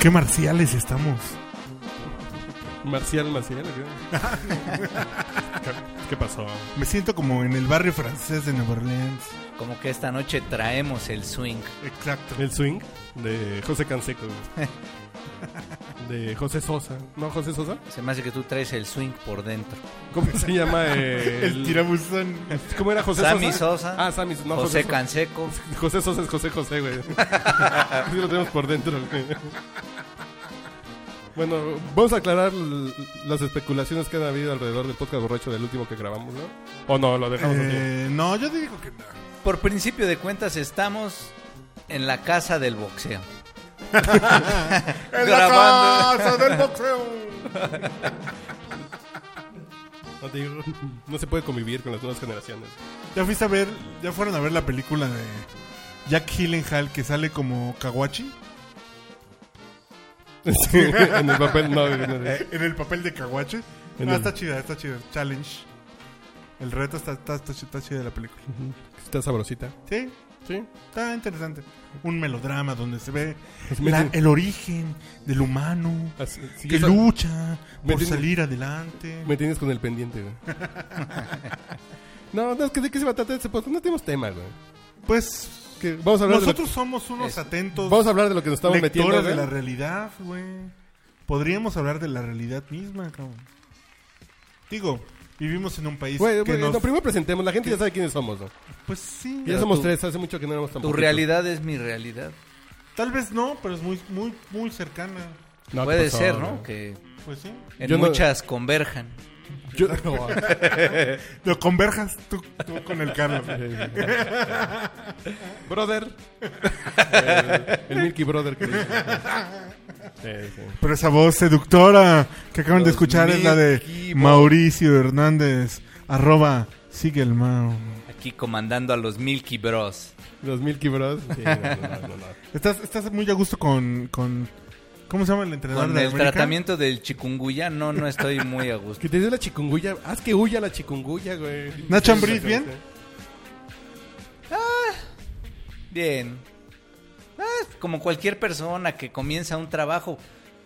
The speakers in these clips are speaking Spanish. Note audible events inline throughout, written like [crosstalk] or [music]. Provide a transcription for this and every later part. Qué marciales estamos. Marcial, Marcial. ¿Qué, qué pasó? Me siento como en el barrio francés de Nueva Orleans. Como que esta noche traemos el swing. Exacto. El swing de José Canseco. De José Sosa. ¿No, José Sosa? Se me hace que tú traes el swing por dentro. ¿Cómo se llama? El, El, tirabuzón. ¿Cómo era José Sammy Sosa? Sosa. Ah, Sammy no, pues José Sosa. Canseco. José Sosa es José José, güey. Así lo tenemos por dentro, güey. Bueno, vamos a aclarar l- las especulaciones que han habido alrededor del podcast borracho del último que grabamos, ¿no? O no, lo dejamos así. Eh, no, yo digo que no. Por principio de cuentas estamos en la casa [laughs] del boxeo. ¡En la Grabando. casa del boxeo! No, te digo, no se puede convivir con las nuevas generaciones. Ya fuiste a ver, ya fueron a ver la película de Jack Gyllenhaal que sale como Kawachi. Sí, en el papel, no. güey, no, güey. eh, En el papel de Kawachi. En No, el- está chida, está chida. Challenge. El reto está, está, está, está chida la película. Está sabrosita. Sí, Sí. está interesante. Un melodrama donde se ve me la- tiene- el origen del humano Así- Pues Ah, sí, que esa- lucha me por tiene- salir adelante. Me tienes con el pendiente, güey. No, no, es que de qué se va a tratar este podcast. No tenemos tema, güey. Pues Que vamos a hablar de lo- nosotros somos unos Es- atentos Vamos a hablar de lo que nos estamos lectores metiendo. ¿eh? de la güey. realidad, güey. Podríamos hablar de la realidad misma, cabrón. Digo, vivimos en un país Güey, que güey, nos- no, primero presentemos, la gente ya sabe quiénes somos, ¿no? pues sí. Ya Pero somos tu- tres, hace mucho que no éramos tan Tu poquitos. realidad es mi realidad. Tal vez no, pero es muy muy muy cercana. No, ¿qué Puede pasó, ser, ¿no? güey? Que Pues sí. en Yo no- muchas converjan. [laughs] Yo- Lo converjas tú, tú con [laughs] el Carlos. brother. Eh, el Milky Brother. Que dice. Sí, sí. Pero esa voz seductora que acaban de Los escuchar es la de Milky Bo- Mauricio Hernández, arroba sigue el Mao. Aquí comandando a los Milky Bros. Los Milky Bros. Sí, no, no, no, no. Estás, estás muy a gusto con, con- ¿Cómo se llama el entrenador Con de el América? tratamiento del chikungunya no, no estoy muy a gusto. Que te dé la chikungulla. Haz que huya la chikungulla, güey. Nacho Ambriz, ¿bien? Bien. Ah, como cualquier persona que comienza un trabajo,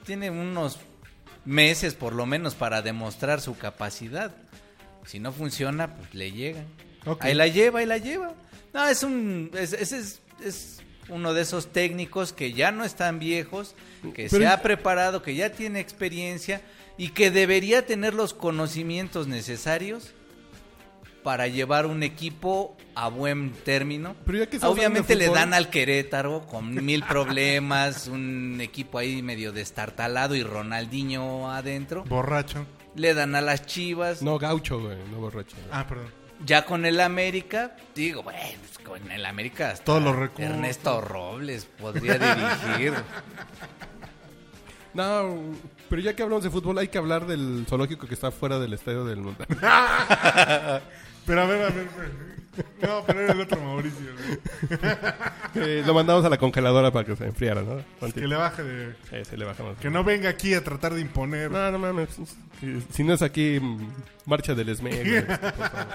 tiene unos meses por lo menos para demostrar su capacidad. Si no funciona, pues le llega. Ok. Ahí la lleva, ahí la lleva. No, es un. Es, es- es- es uno de esos técnicos que ya no están viejos, que se Pero- ha preparado, que ya tiene experiencia y que debería tener los conocimientos necesarios para llevar un equipo a buen término. Pero ya que estamos hablando Obviamente de le fútbol- dan al Querétaro con mil problemas, [laughs] un equipo ahí medio destartalado y Ronaldinho adentro. Borracho. Le dan a las Chivas. No, gaucho, güey. No borracho. güey. Ah, perdón. Ya con el América, digo, bueno, pues, con el América hasta Todos los recursos. Ernesto Robles podría dirigir. [laughs] No, pero ya que hablamos de fútbol, hay que hablar del zoológico que está fuera del estadio del mundo. [laughs] Pero a ver, a ver. güey. No, pero era el otro Mauricio. güey. Eh, lo mandamos a la congeladora para que se enfriara, ¿no? Que le baje de. Eh, se le bajamos. Que no venga aquí a tratar de imponer. No, no mames. Que Si no es aquí, mm, marcha del SME. [laughs] güey.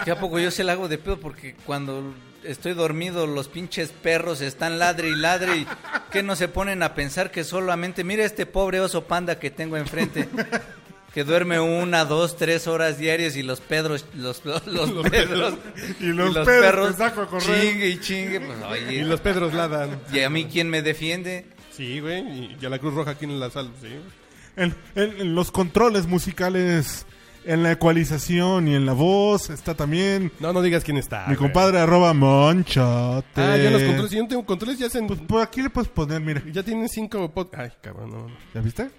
¿Ya poco yo se la hago de pedo? Porque cuando estoy dormido, los pinches perros están ladre y ladre y que no se ponen a pensar que solamente, mira este pobre oso panda que tengo enfrente. Que duerme una, dos, tres horas diarias y los pedros, los, [laughs] los, los pedros, Y los pedros te saco a correr. chingue y chingue, pues [laughs] oye, Y y, los Pedros ladan. a mí quién me defiende, Sí, güey. Y ya la Cruz Roja aquí en la sal, sí. En, en- en los controles musicales, en la ecualización y en la voz está también No, no digas quién está. mi Ah, güey. compadre este, arroba monchote. Ah, ya los controles. Si yo no tengo controles, ya hacen. Por aquí le puedes poner, mira. Ya tienen cinco podcasts. Ay, cabrón, no. no. ¿Ya viste?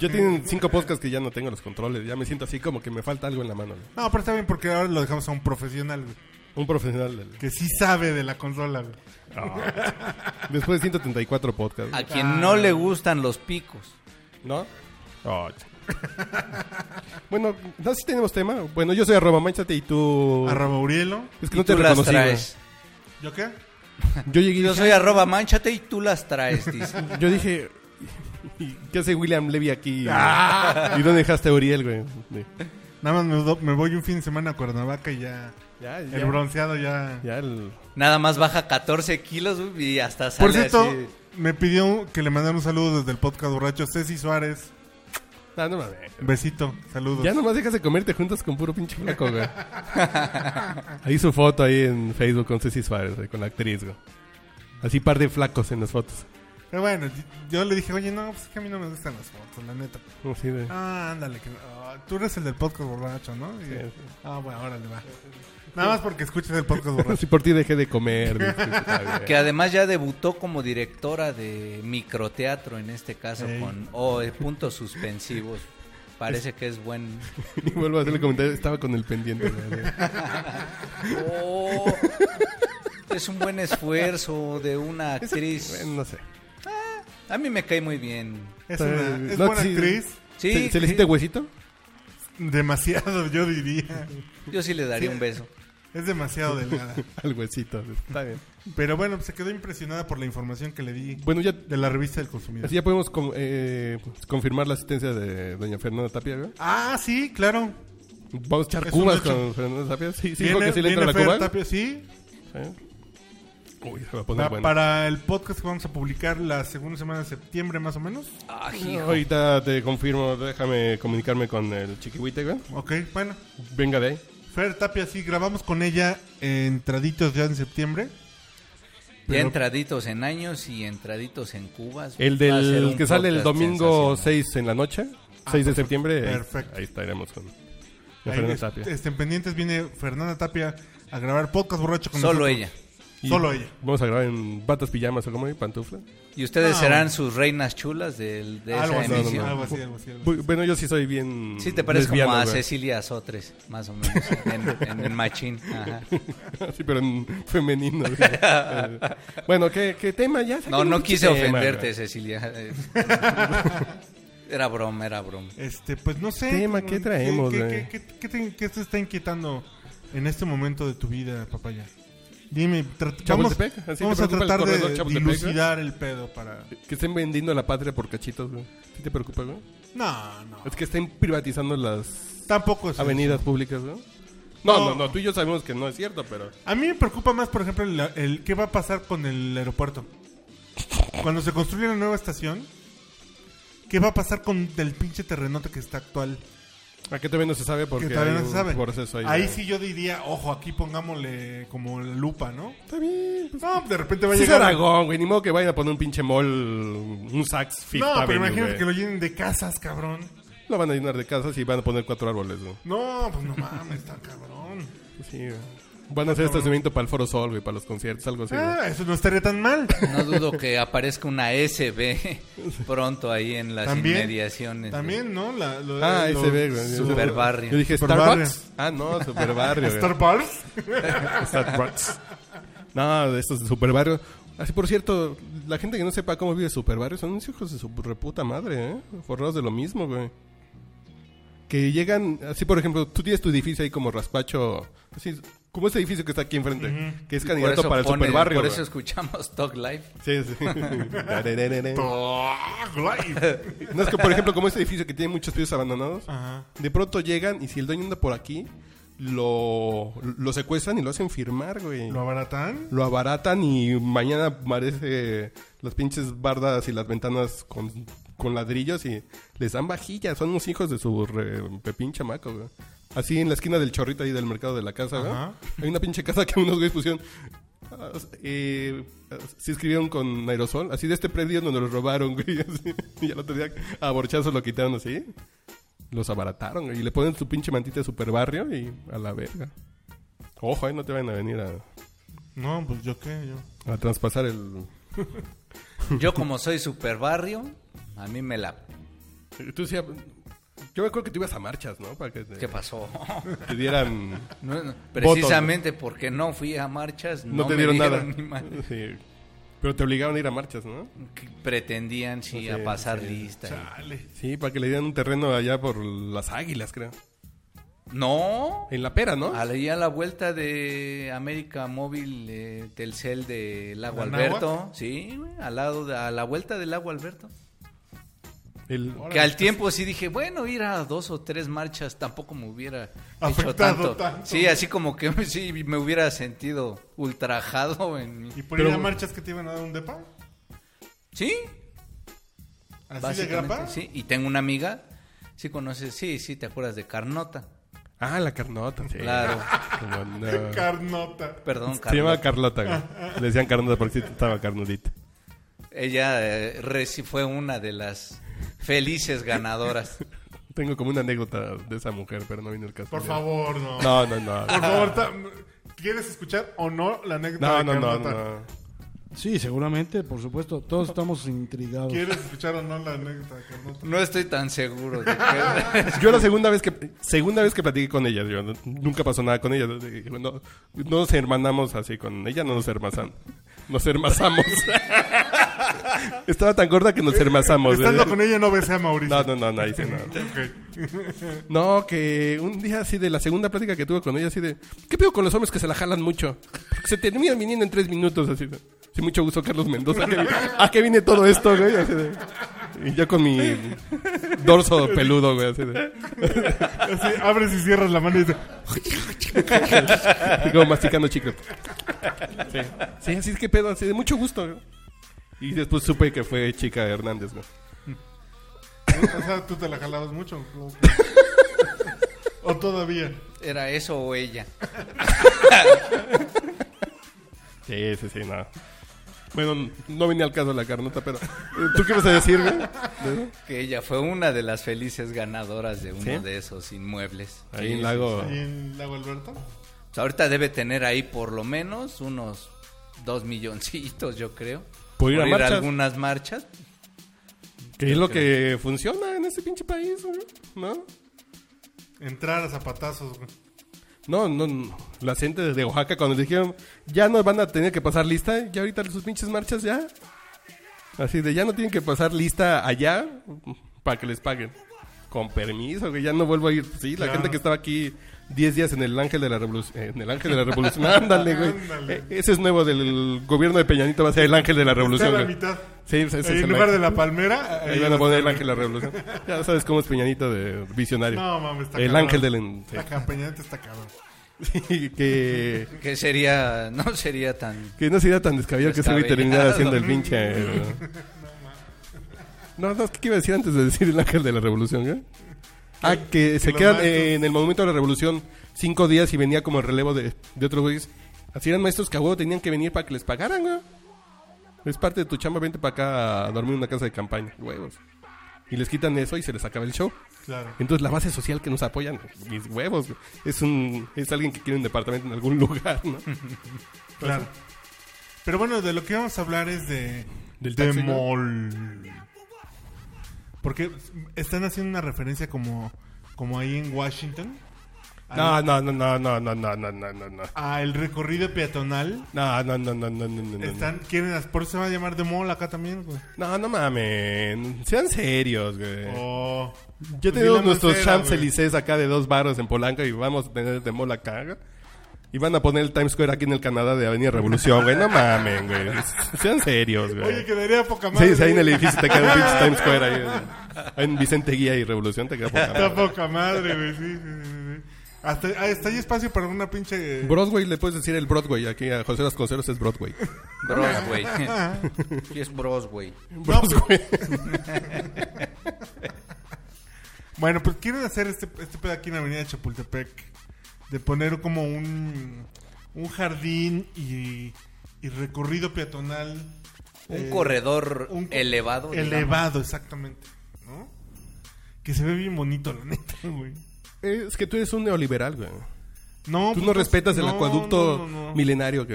Ya tienen cinco podcasts que ya no tengo los controles. Ya me siento así como que me falta algo en la mano. güey. No, pero está bien porque ahora lo dejamos a un profesional, güey, Un profesional del. Que sí sabe de la consola, güey. Ah. [laughs] Después de 134 podcasts. a quien no le gustan los picos. ¿No? bueno, no sé si tenemos tema. Bueno, yo soy arroba manchate y tú... Arroba Urielo. Es que Y no te tú las reconocí, güey. traes. ¿Yo qué? Yo llegué y Yo dije, soy arroba manchate y tú las traes, dice. yo dije, [laughs] ¿Y ¿Qué hace William Levy aquí? güey? Ah. ¿Y dónde dejaste a Uriel, güey? Sí. Nada más me, do- me voy un fin de semana a Cuernavaca y ya. Ya, El bronceado ya. Ya el... Nada más baja 14 kilos güey, y hasta sale Por cierto, así. me pidió que le mandara un saludo desde el podcast borracho Ceci Suárez. Ah, no mames. Besito, saludos. Ya nomás dejas de comer y te juntas con puro pinche flaco, [laughs] güey. Ahí su foto ahí en Facebook con Ceci Suárez, güey, con la actriz, güey. Así par de flacos en las fotos. Pero bueno, yo le dije, oye, no, pues es que a mí no me gustan las fotos, la neta. Así de... Ah, ándale, que, ah, tú eres el del podcast borracho, ¿no? Y- sí. Ah, bueno, órale, va. Nada más porque escuches el podcast [laughs] borracho. Si por ti dejé de comer. [laughs] güey. Está bien. Que además ya debutó como directora de microteatro, en este caso, Ey. con oh, eh, puntos suspensivos. Parece que es [laughs] buen... Y vuelvo a hacer el comentario. Estaba con el pendiente. güey. Oh, es un buen esfuerzo de una actriz. Bueno, no sé. A mí me cae muy bien. Es, una, es No, buena sí. actriz, Sí, ¿Se, se le sí. hiciste huesito? demasiado, yo diría. Yo sí le daría un beso. Es demasiado delgada. Al huesito. güey. Está bien. Pero bueno, pues, se quedó impresionada por la información que le di Bueno, ya, de la revista del consumidor. así ya podemos com- eh, confirmar la asistencia de doña Fernanda Tapia, güey. Ah, sí, claro. Vamos a echar Es cubas un hecho. con Fernanda Tapia. Sí, sí, dijo Viene, que sí le entra viene la Fer cuba. Tapia, sí. Sí. Uy, se va a poner Pa- bueno. Para el podcast que vamos a publicar la segunda semana de septiembre, más o menos. Ahorita te confirmo, déjame comunicarme con el chiquihuite, güey. Ok, bueno. Venga de ahí. Fer Tapia, sí, grabamos con ella entraditos ya en septiembre. Ya Pero- entraditos en años y entraditos en cubas. El Va a ser del un que sale el podcast domingo sensacional. 6 en la noche, 6 de septiembre. ahí- Ah, Perfecto. Ahí, estaremos con con Ahí Fernanda es- Tapia. Estén pendientes, viene Fernanda Tapia a grabar podcast borracho con Solo nosotros. ella. Y Solo ella. Vamos a grabar en batas, pijamas o como hay, pantufla. Y Ah, ustedes No. serán sus reinas chulas del- de Algo esa así, emisión. algo así, algo así. algo así. Bu- Bueno, yo sí soy bien. Sí, te parece lesbiano, como a güey. [laughs] Cecilia Sotres, más o menos, en, en el machín. Ajá. sí, pero en femenino. [laughs] güey. Eh, bueno, ¿qué, qué tema ya? No, [laughs] Saquemos no un quise tema, ofenderte, güey. Cecilia. [laughs] Era broma, era broma. Este, pues no sé. Tema, ¿qué traemos, ¿Qué, güey? qué- qué- qué te, qué te está inquietando en este momento de tu vida, papaya? Dime, tra- vamos, Chapultepec, así te vamos a preocupa el tratar corredor de Chapultepec, güey. dilucidar el pedo para... Que estén vendiendo la patria por cachitos, güey. ¿Sí te preocupa, güey? No, no. Es que estén privatizando las Tampoco es... avenidas públicas, ¿no? No, No. no, no, tú y yo sabemos que no es cierto, pero... A mí me preocupa más, por ejemplo, el, el- qué va a pasar con el aeropuerto. Cuando se construya la nueva estación, ¿qué va a pasar con el pinche terrenote que está actual? ¿A qué todavía no se sabe? Porque que todavía hay no se un sabe. proceso ahí. Ahí, de- sí yo diría, ojo, aquí pongámosle como la lupa, ¿no? Está bien. pues, No, de repente va a sí es llegar... Aragón, güey. Ni modo que vayan a poner un pinche mall, un Saks Fifth no, pero Avenue, imagínate güey. que lo llenen de casas, cabrón. Lo van a llenar de casas y van a poner cuatro árboles, güey. No, pues no mames, está cabrón. Sí, güey. Van a hacer estacionamiento para el Foro Sol, güey, para los conciertos, algo así. güey. Ah, eso no estaría tan mal. No dudo que aparezca [laughs] una SB pronto ahí en las También, inmediaciones. También, ¿no? La, lo- Ah, ahí lo- se ve, güey. Super barrio. Yo dije, Super ¿Starbucks? Ah, no, Super [laughs] Barrio, güey. Starbucks. Starbucks. No, de estos de Super Barrio. Así, por cierto, la gente que no sepa cómo vive Super Barrio son unos hijos de su reputa madre, ¿eh? Forrados de lo mismo, güey. Que llegan, así por ejemplo, tú tienes tu edificio ahí como raspacho, así, como ese edificio que está aquí enfrente, que es Por candidato eso para el pone- Super Barrio. Por eso escuchamos [laughs] Talk Live. [laughs] Sí, [laughs] sí. ah, Starbucks. no es que, por ejemplo, como ese edificio que tiene muchos pisos abandonados, Ah. Ajá. de pronto llegan y si el dueño anda por aquí, lo, lo secuestran y lo hacen firmar, güey. ¿Lo abaratan? lo abaratan y mañana aparece las pinches bardas y las ventanas con, con ladrillos y les dan vajilla. Son unos hijos de su re- pepín chamaco, güey. Así en la esquina del chorrito ahí del mercado de la casa, güey. Ajá. Hay una pinche casa que unos güeyes pusieron. ah, eh, ah, se escribieron con aerosol, así de este predio donde los robaron, güey. [laughs] así. y al otro día a borchazos lo quitaron así. Los abarataron, güey. Y le ponen su pinche mantita de super barrio y a la verga. Ojo, ahí no te vayan a venir a, No, pues yo qué, yo. a traspasar el. Yo como soy super barrio, a mí me la... Tú decías- Yo me acuerdo que tú ibas a marchas, ¿no? Para que te, ¿Qué pasó? [laughs] te dieran. No, no, precisamente porque no fui a marchas, No, no, te me dieron, ni nada. mal. Sí. Pero te obligaron a ir a marchas, ¿no? Que pretendían sí, Sí, a pasar lista. Dale. Sí, para que le dieran un terreno allá por las águilas, creo. No, En la pera, ¿no? allí a la vuelta de América Móvil eh, Telcel de Lago ¿La Alberto, sí, güey, al lado de- a la vuelta del Lago Alberto. El- Que al tiempo sí dije, bueno, ir a dos o tres marchas tampoco me hubiera hecho Afectado tanto. tanto. Sí, así como que [laughs] sí me hubiera sentido ultrajado en mi... ¿Y por Pero- ir a marchas que te iban a dar un depa? Sí, ¿Así de básicamente, grapa? sí. Y tengo una amiga, sí conoces, sí, sí, te acuerdas de Carnota. Ah, la carnota, sí. Claro. [laughs] Como no. [laughs] Carnota. Perdón, Se llamaba Carnota. Carlota, güey. Le decían Carnota porque sí estaba carnudita. Ella eh, reci- fue una de las felices ganadoras. Tengo como una anécdota de esa mujer, pero no viene el caso. Por Ya. favor, no. No, no, no. Por favor, ta- ¿quieres escuchar o no la anécdota No, de no, no, Carnota? no. Sí, seguramente, por supuesto. Todos estamos intrigados. ¿Quieres escuchar o no la anécdota de Carnota? No estoy tan seguro de que... [laughs] Yo la segunda vez que segunda vez que platiqué con ella, yo no- nunca pasó nada con ella. No, no nos hermanamos así con ella, no nos hermasan. Nos hermasamos. [laughs] Estaba tan gorda que nos hermasamos. Estando con ella no besé a No, Mauricio. no, no, no, ahí sí, no. Ok. No, que un día así de la segunda plática que tuve con ella, así de, ¿qué pido con los hombres que se la jalan mucho? Porque se terminan viniendo en tres minutos, así de, sí, mucho gusto, Carlos Mendoza. ¿A qué, vi- a qué viene todo esto, güey? Así de, y yo con mi dorso peludo, güey, así de, Así, abres y cierras la mano y dices, y como masticando chicle. Sí, sí, así es que pedo, así de, mucho gusto, güey. Y después supe que fue chica Hernández, güey. o sea, tú te la jalabas mucho. [laughs] ¿no? o todavía. Era eso o ella. Sí, sí, sí, no. Bueno, no venía al caso la carnota, pero ¿tú qué vas a decir, güey? Que ella fue una de las felices ganadoras de uno ¿Sí? de esos inmuebles. Ahí Sí, en sí, Lago. ¿Y en Lago Alberto? Pues ahorita debe tener ahí por lo menos unos dos milloncitos, yo creo. Por ir a marchas. algunas marchas. Que es lo que funciona en este pinche país, güey, ¿no? Entrar a zapatazos, güey. No, no, no. La gente de Oaxaca cuando dijeron, ya no van a tener que pasar lista, ya ahorita sus pinches marchas ya. Así de, ya no tienen que pasar lista allá para que les paguen. Con permiso, que ya no vuelvo a ir. Sí, la Claro. gente que estaba aquí 10 días en el Ángel de la Revolución. En el Ángel de la Revolución. [laughs] Ándale, güey. Ándale. E- ese es nuevo del gobierno de Peñanito, va a ser el Ángel de la Está a Revolución. la güey. mitad. Sí, ese es Ahí en el lugar Ángel. de la palmera, Ahí van a poner el ángel de la revolución. Ya sabes cómo es Peñanito de visionario. No, mames, está El cabrón. ángel del... en- La campañante está cabrón. [laughs] sí, que, Que sería, [laughs] no sería tan... que no sería tan descabellado que se hubiera Descabellado. terminado haciendo el pinche... eh, No, no, ¿qué iba a decir antes de decir el ángel de la revolución? güey? Ah, que se los quedan maestros- eh, en el momento de la revolución cinco días y venía como el relevo de, de otros güeyes. Así eran maestros que a huevo tenían que venir para que les pagaran, güey. Es parte de tu chamba, vente para acá a dormir en una casa de campaña, huevos. Y les quitan eso y se les acaba el show. Claro. Entonces la base social que nos apoyan, mis huevos, güey, es un es alguien que quiere un departamento en algún [laughs] lugar, ¿no? Claro. Pero bueno, de lo que vamos a hablar es de. Del de taxi, ¿no? mol. Porque están haciendo una referencia como, como ahí en Washington. No, no, no, no, no, no, no, no, no, no, no. A el recorrido peatonal. No, no, no, no, no, no, no, no. Están, quieren, as- por eso se va a llamar de mall acá también, güey. No, no mamen. Sean serios, güey. Oh, Yo pues dile tengo a nuestros Mancera, champs élysées acá de dos barros en Polanco y vamos a tener de mola acá. güey. Y van a poner el Times Square aquí en el Canadá de Avenida Revolución, güey. No mamen, güey. Sean serios, güey. güey. Oye, quedaría poca madre. Sí, sí, ahí en el edificio te queda un pinche Times Square ahí. güey. Ahí En Vicente Guía y Revolución te queda poca madre. Está poca madre, güey. Sí, sí, sí, sí. Hasta, ah, está ahí espacio para una pinche. Broadway, le puedes decir el Broadway. Aquí a José Vasconcelos es Broadway. Brosway. Sí, es Brosway. Broadway. [laughs] Bueno, pues quieren hacer este, este pedo aquí en la avenida de Chapultepec. De poner como un, un jardín y, y recorrido peatonal. Un eh, corredor un co- elevado. digamos. Elevado, exactamente. ¿no? Que se ve bien bonito, la neta, güey. es que tú eres un neoliberal, güey. No, Tú pues, no respetas el no, acueducto no, no, no. milenario que,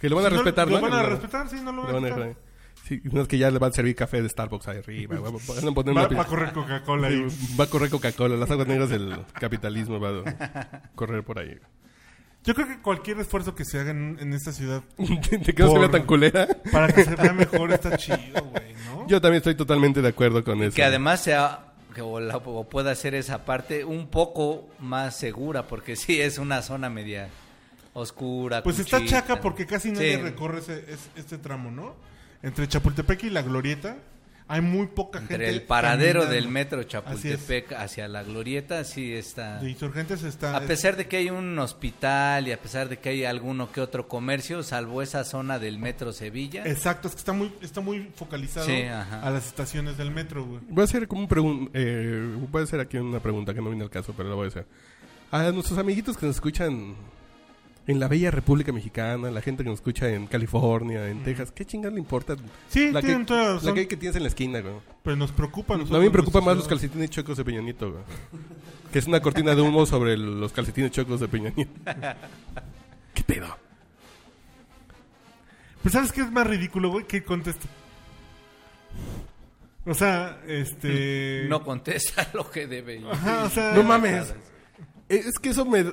que lo van a No, respetar, ¿Lo ¿no? van a No. respetar? Sí, no Lo lo van a van a respetar. respetar. Sí, no es que ya le van a servir café de Starbucks ahí arriba. güey. Van a poner Va, una pin- va a correr Coca-Cola ahí. va a correr Coca-Cola. Las aguas negras del capitalismo va a correr por ahí. [laughs] Yo creo que cualquier esfuerzo que se haga en, en esta ciudad ¿De que no se Por- vea tan culera? para que se vea mejor está chido, güey, ¿no? Yo también estoy totalmente de acuerdo con eso. Que además sea que o la- o pueda hacer esa parte un poco más segura, porque sí es una zona media oscura. Pues con está chispas. chaca porque casi nadie Sí. recorre ese- es- este tramo, ¿no? Entre Chapultepec y la Glorieta. hay muy poca gente. Entre el paradero caminando. del metro Así es. Chapultepec hacia la glorieta, sí está. De insurgentes está. A pesar de que hay un hospital y a pesar de que hay alguno que otro comercio, salvo esa zona del metro Sevilla. Exacto, es que está muy, está muy focalizado Sí, ajá. a las estaciones del metro, güey. Voy a hacer como un pregun- eh, voy a hacer aquí una pregunta que no viene al caso, pero la voy a hacer. A nuestros amiguitos que nos escuchan en la bella República Mexicana, la gente que nos escucha en California, en Texas, ¿qué chingas le importa? Mm. Sí, la tienen que, toda la razón. la que, que tienes en la esquina, güey. Pero nos preocupa. No, a mí me preocupan más los calcetines chocos de Peña Nieto, güey. Que es una cortina de humo sobre el- los calcetines chocos de Peña [laughs] Nieto. ¿Qué pedo? Pero ¿sabes qué es más ridículo, güey? Que conteste. O sea, este... No contesta [laughs] lo que debe. Ajá, o sea, No mames. Es es que eso me...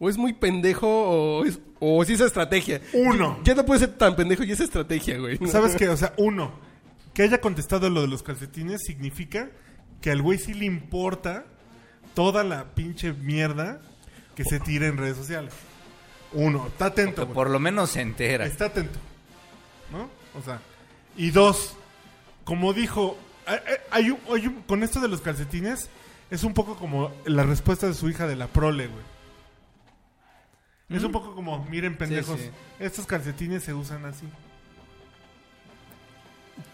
O es muy pendejo o es, o es esa estrategia. Uno. Ya no puede ser tan pendejo y esa estrategia, güey. [laughs] ¿Sabes qué? O sea, uno, que haya contestado lo de los calcetines significa que al güey sí le importa toda la pinche mierda que se tira en redes sociales. Uno, está atento, Que güey. por lo menos se entera. Está atento. ¿No? O sea. Y dos, como dijo, hay- hay un- hay un- con esto de los calcetines, es un poco como la respuesta de su hija de la prole, güey. Es un poco como, miren pendejos, Mm. sí. estos calcetines se usan así.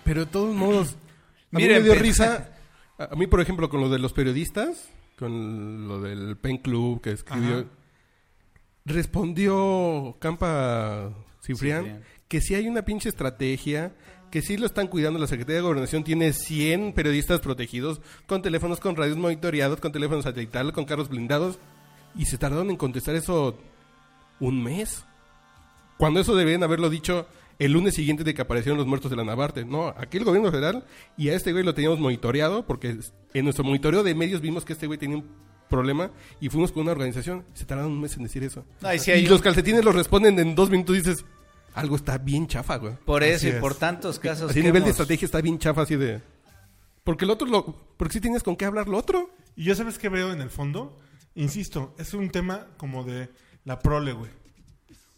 Pero de todos modos, a mí Miren, me dio pe- risa. A a mí, por ejemplo, con lo de los periodistas, con lo del Pen Club que escribió, Ajá. respondió Campa Cifrián, Cifrián. que sí hay una pinche estrategia, que sí lo están cuidando. La Secretaría de Gobernación tiene 100 periodistas protegidos, con teléfonos, con radios monitoreados, con teléfonos satelital, con carros blindados, y se tardaron en contestar eso un mes. Cuando eso deberían haberlo dicho el lunes siguiente de que aparecieron los muertos de la Navarte. No, aquí el gobierno federal y a este güey lo teníamos monitoreado porque es- en nuestro monitoreo de medios vimos que este güey tenía un problema y fuimos con una organización. Se tardaron un mes en decir eso. Ay, Ah, sí y hay un- los calcetines los responden en dos minutos y dices, algo está bien chafa, güey. Por eso Así y es. por tantos casos Así que el nivel de hemos- estrategia está bien chafa así de... Porque el otro lo... Porque si tienes con qué hablar lo otro. Y yo sabes que veo en el fondo, insisto, es un tema como de la prole, güey.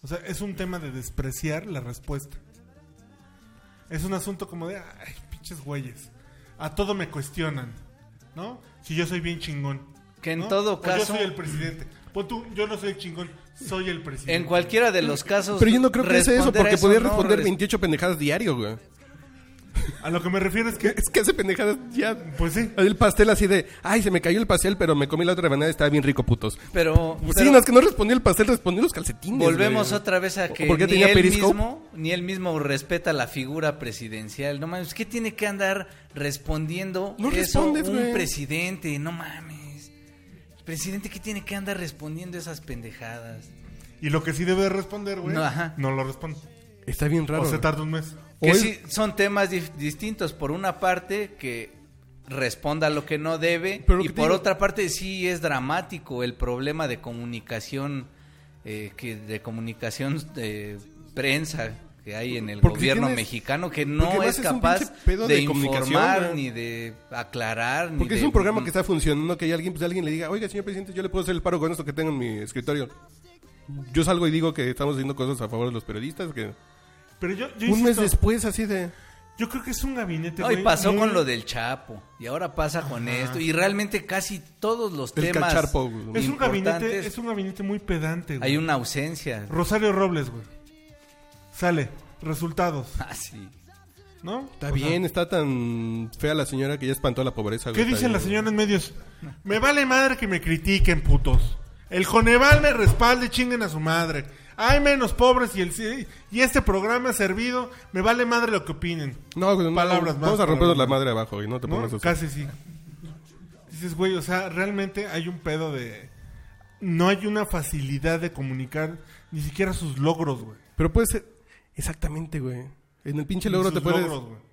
O sea, es un tema de despreciar la respuesta. Es un asunto como de, ay, pinches güeyes. A todo me cuestionan, ¿no? Si yo soy bien chingón. Que en ¿no? todo O caso- Yo soy el presidente. Pues tú, yo no soy el chingón, soy el presidente. En cualquiera de los casos. Pero yo no creo que sea eso responder a porque podías no, responder res- 28 pendejadas diario, güey. A lo que me refiero es que, Es que hace pendejadas ya... pues sí. El pastel así de, ay, se me cayó el pastel, pero me comí la otra banana, estaba bien rico, putos. Pero. Pues sí, pero no, es que no respondí el pastel, respondí los calcetines. Volvemos güey. otra vez a que ¿O por qué ni tenía él Periscope? mismo, ni él mismo respeta la figura presidencial. No mames, ¿qué tiene que andar respondiendo No eso respondes, un güey. presidente? No mames. El presidente que tiene que andar respondiendo esas pendejadas. Y lo que sí debe de responder, güey, No, no, ajá. lo responde. Está bien raro. O se tarda un mes. O Que es- sí, son temas dif- distintos. Por una parte, que responda lo que no debe. Pero lo y que te por digo- otra parte, sí es dramático el problema de comunicación, eh, que de comunicación de prensa que hay en el Porque gobierno tienes- mexicano que porque no además es es un capaz pinche pedo de, de comunicación, informar, ¿no? ni de aclarar, ni Porque es de- mm, un programa que está funcionando, que hay alguien, pues alguien le diga, oiga, señor presidente, yo le puedo hacer el paro con esto que tengo en mi escritorio. Yo salgo y digo que estamos haciendo cosas a favor de los periodistas. Que... Pero yo, yo, Un mes insisto, después, así de... yo creo que es un gabinete, No, y güey, pasó muy- con lo del Chapo, y ahora pasa con esto, y realmente casi todos los El temas cacharpo, güey. Es un gabinete, importantes, es un gabinete muy pedante, güey. hay una ausencia. [laughs] Rosario Robles, güey. Sale, resultados, Así. ¿no? Está bien, está tan fea la señora que ya espantó a la pobreza. ¿Qué güey, está dicen las bien. señoras en medios? Me vale madre que me critiquen, putos. El Coneval me respalde, chinguen a su madre. Hay menos pobres y el sí- y este programa ha servido, me vale madre lo que opinen. No, güey, no, Palabras más, vamos a rompernos palabras la más. madre abajo y no te ¿no? pongas así. Casi sí. Dices, güey, o sea, realmente hay un pedo de... No hay una facilidad de comunicar ni siquiera sus logros, güey. Pero puede ser... Exactamente, güey. En el pinche Ni logro sus te puedes... logros, güey.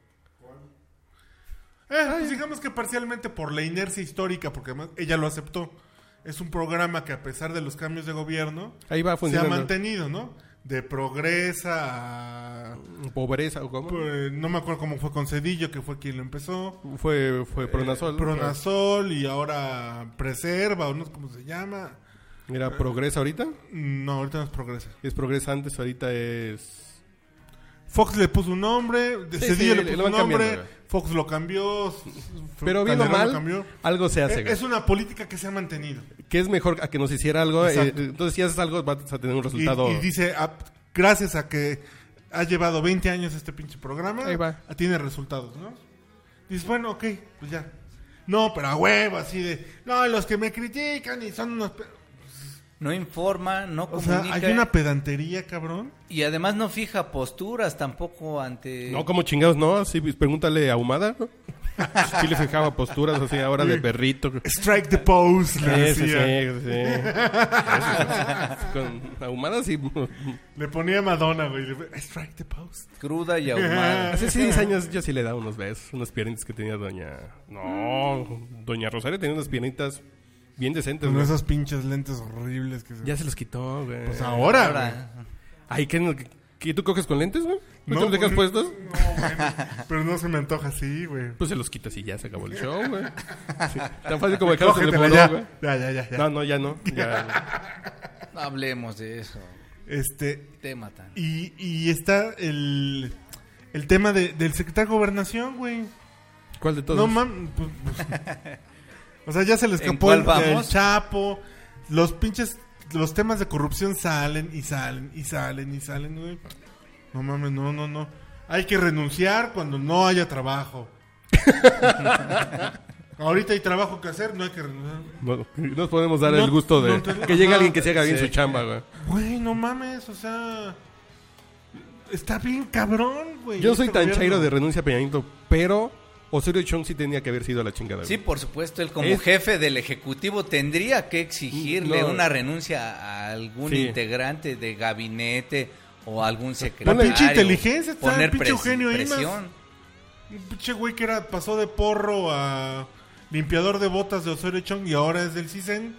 Eh, pues digamos que parcialmente por la inercia histórica, porque además ella lo aceptó. Es un programa que a pesar de los cambios de gobierno Ahí va se ha funcionando. mantenido, ¿no? De progresa a... Pobreza o cómo. pues, no me acuerdo cómo fue con Cedillo, que fue quien lo empezó. Fue, fue Eh, Pronasol. Pronasol y ahora Preserva, o no sé cómo se llama. Eh. Mira, Progresa ahorita. No, ahorita no es Progresa. Es Progresa antes, ahorita es... Fox le puso un nombre, de- Sí, Cedillo sí, le lo puso van un nombre, cambiando, güey. Fox lo cambió, s- Pero bien o Calderón lo mal, cambió. algo se hace. Eh, Es, güey. es una política que se ha mantenido. que es mejor a que nos hiciera algo. eh, Exacto. entonces, si haces algo, vas a tener un Y, resultado. y dice, ah, gracias a que ha llevado 20 años este pinche programa, Ahí va. ah, tiene resultados, ¿no? Dices, bueno, ok, pues ya. No, pero a huevo, así de, no, los que me critican y son unos... pe-". No informa, no O sea, comunica. hay una pedantería, cabrón. Y además no fija posturas tampoco ante... Eh, No, como chingados, no. Así, pues, pregúntale a Humada. ¿no? Sí le fijaba posturas así ahora de [laughs] perrito. Strike the pose, le Sí, sí, sí, decía. sí. Con Ahumada sí. Le ponía Madonna, güey. le- Strike the pose. Cruda [laughs] y ahumada. Pues Hace seis años yo sí le daba unos besos, unas piernitas que tenía doña... No, Mm. doña Rosario tenía unas piernitas bien decentes. Con güey. esos pinches lentes horribles que se... Ya se los quitó, güey. Pues ahora, güey. Ahora, Ay, ¿qué, no- qué- tú coges con lentes, güey? ¿No, No, te los dejas güey. puestos? No, bueno, pero no se me antoja así, güey. Pues se los quitas y ya se acabó el show, güey. Sí, Tan fácil como el Carlos se le Cógetela voló, güey. ya. ya, ya, ya, ya. No, no, ya no. [laughs] Ya, no hablemos de eso. Este, Te matan. y, y está el, el tema de- del secretario de Gobernación, güey. ¿Cuál de todos? No mames. pues, pues. o sea, ya se le ¿En escapó cuál el, vamos? el Chapo. Los pinches, los temas de corrupción salen y salen y salen y salen, güey. No mames, no, no, no. Hay que renunciar cuando no [laughs] haya trabajo. Ahorita hay trabajo que hacer, no hay que renunciar. No, nos podemos dar No, el gusto de no te- que llegue Ajá, alguien que se haga bien sí. su chamba, güey. [laughs] Güey, no mames, o sea. Está bien cabrón, güey. Yo no soy este tan gobierno. chairo de renuncia a Peña Nieto, pero Osorio Chong sí tenía que haber sido a la chingada. Sí, güey. por supuesto, él como Es- jefe del Ejecutivo tendría que exigirle No. una renuncia a algún Sí. integrante de gabinete o algún secretario. Ponle pinche inteligencia, está poner pinche pres- Eugenio Imas. presión. Un pinche güey que era, pasó de porro a limpiador de botas de Osorio Chong y ahora es del CISEN.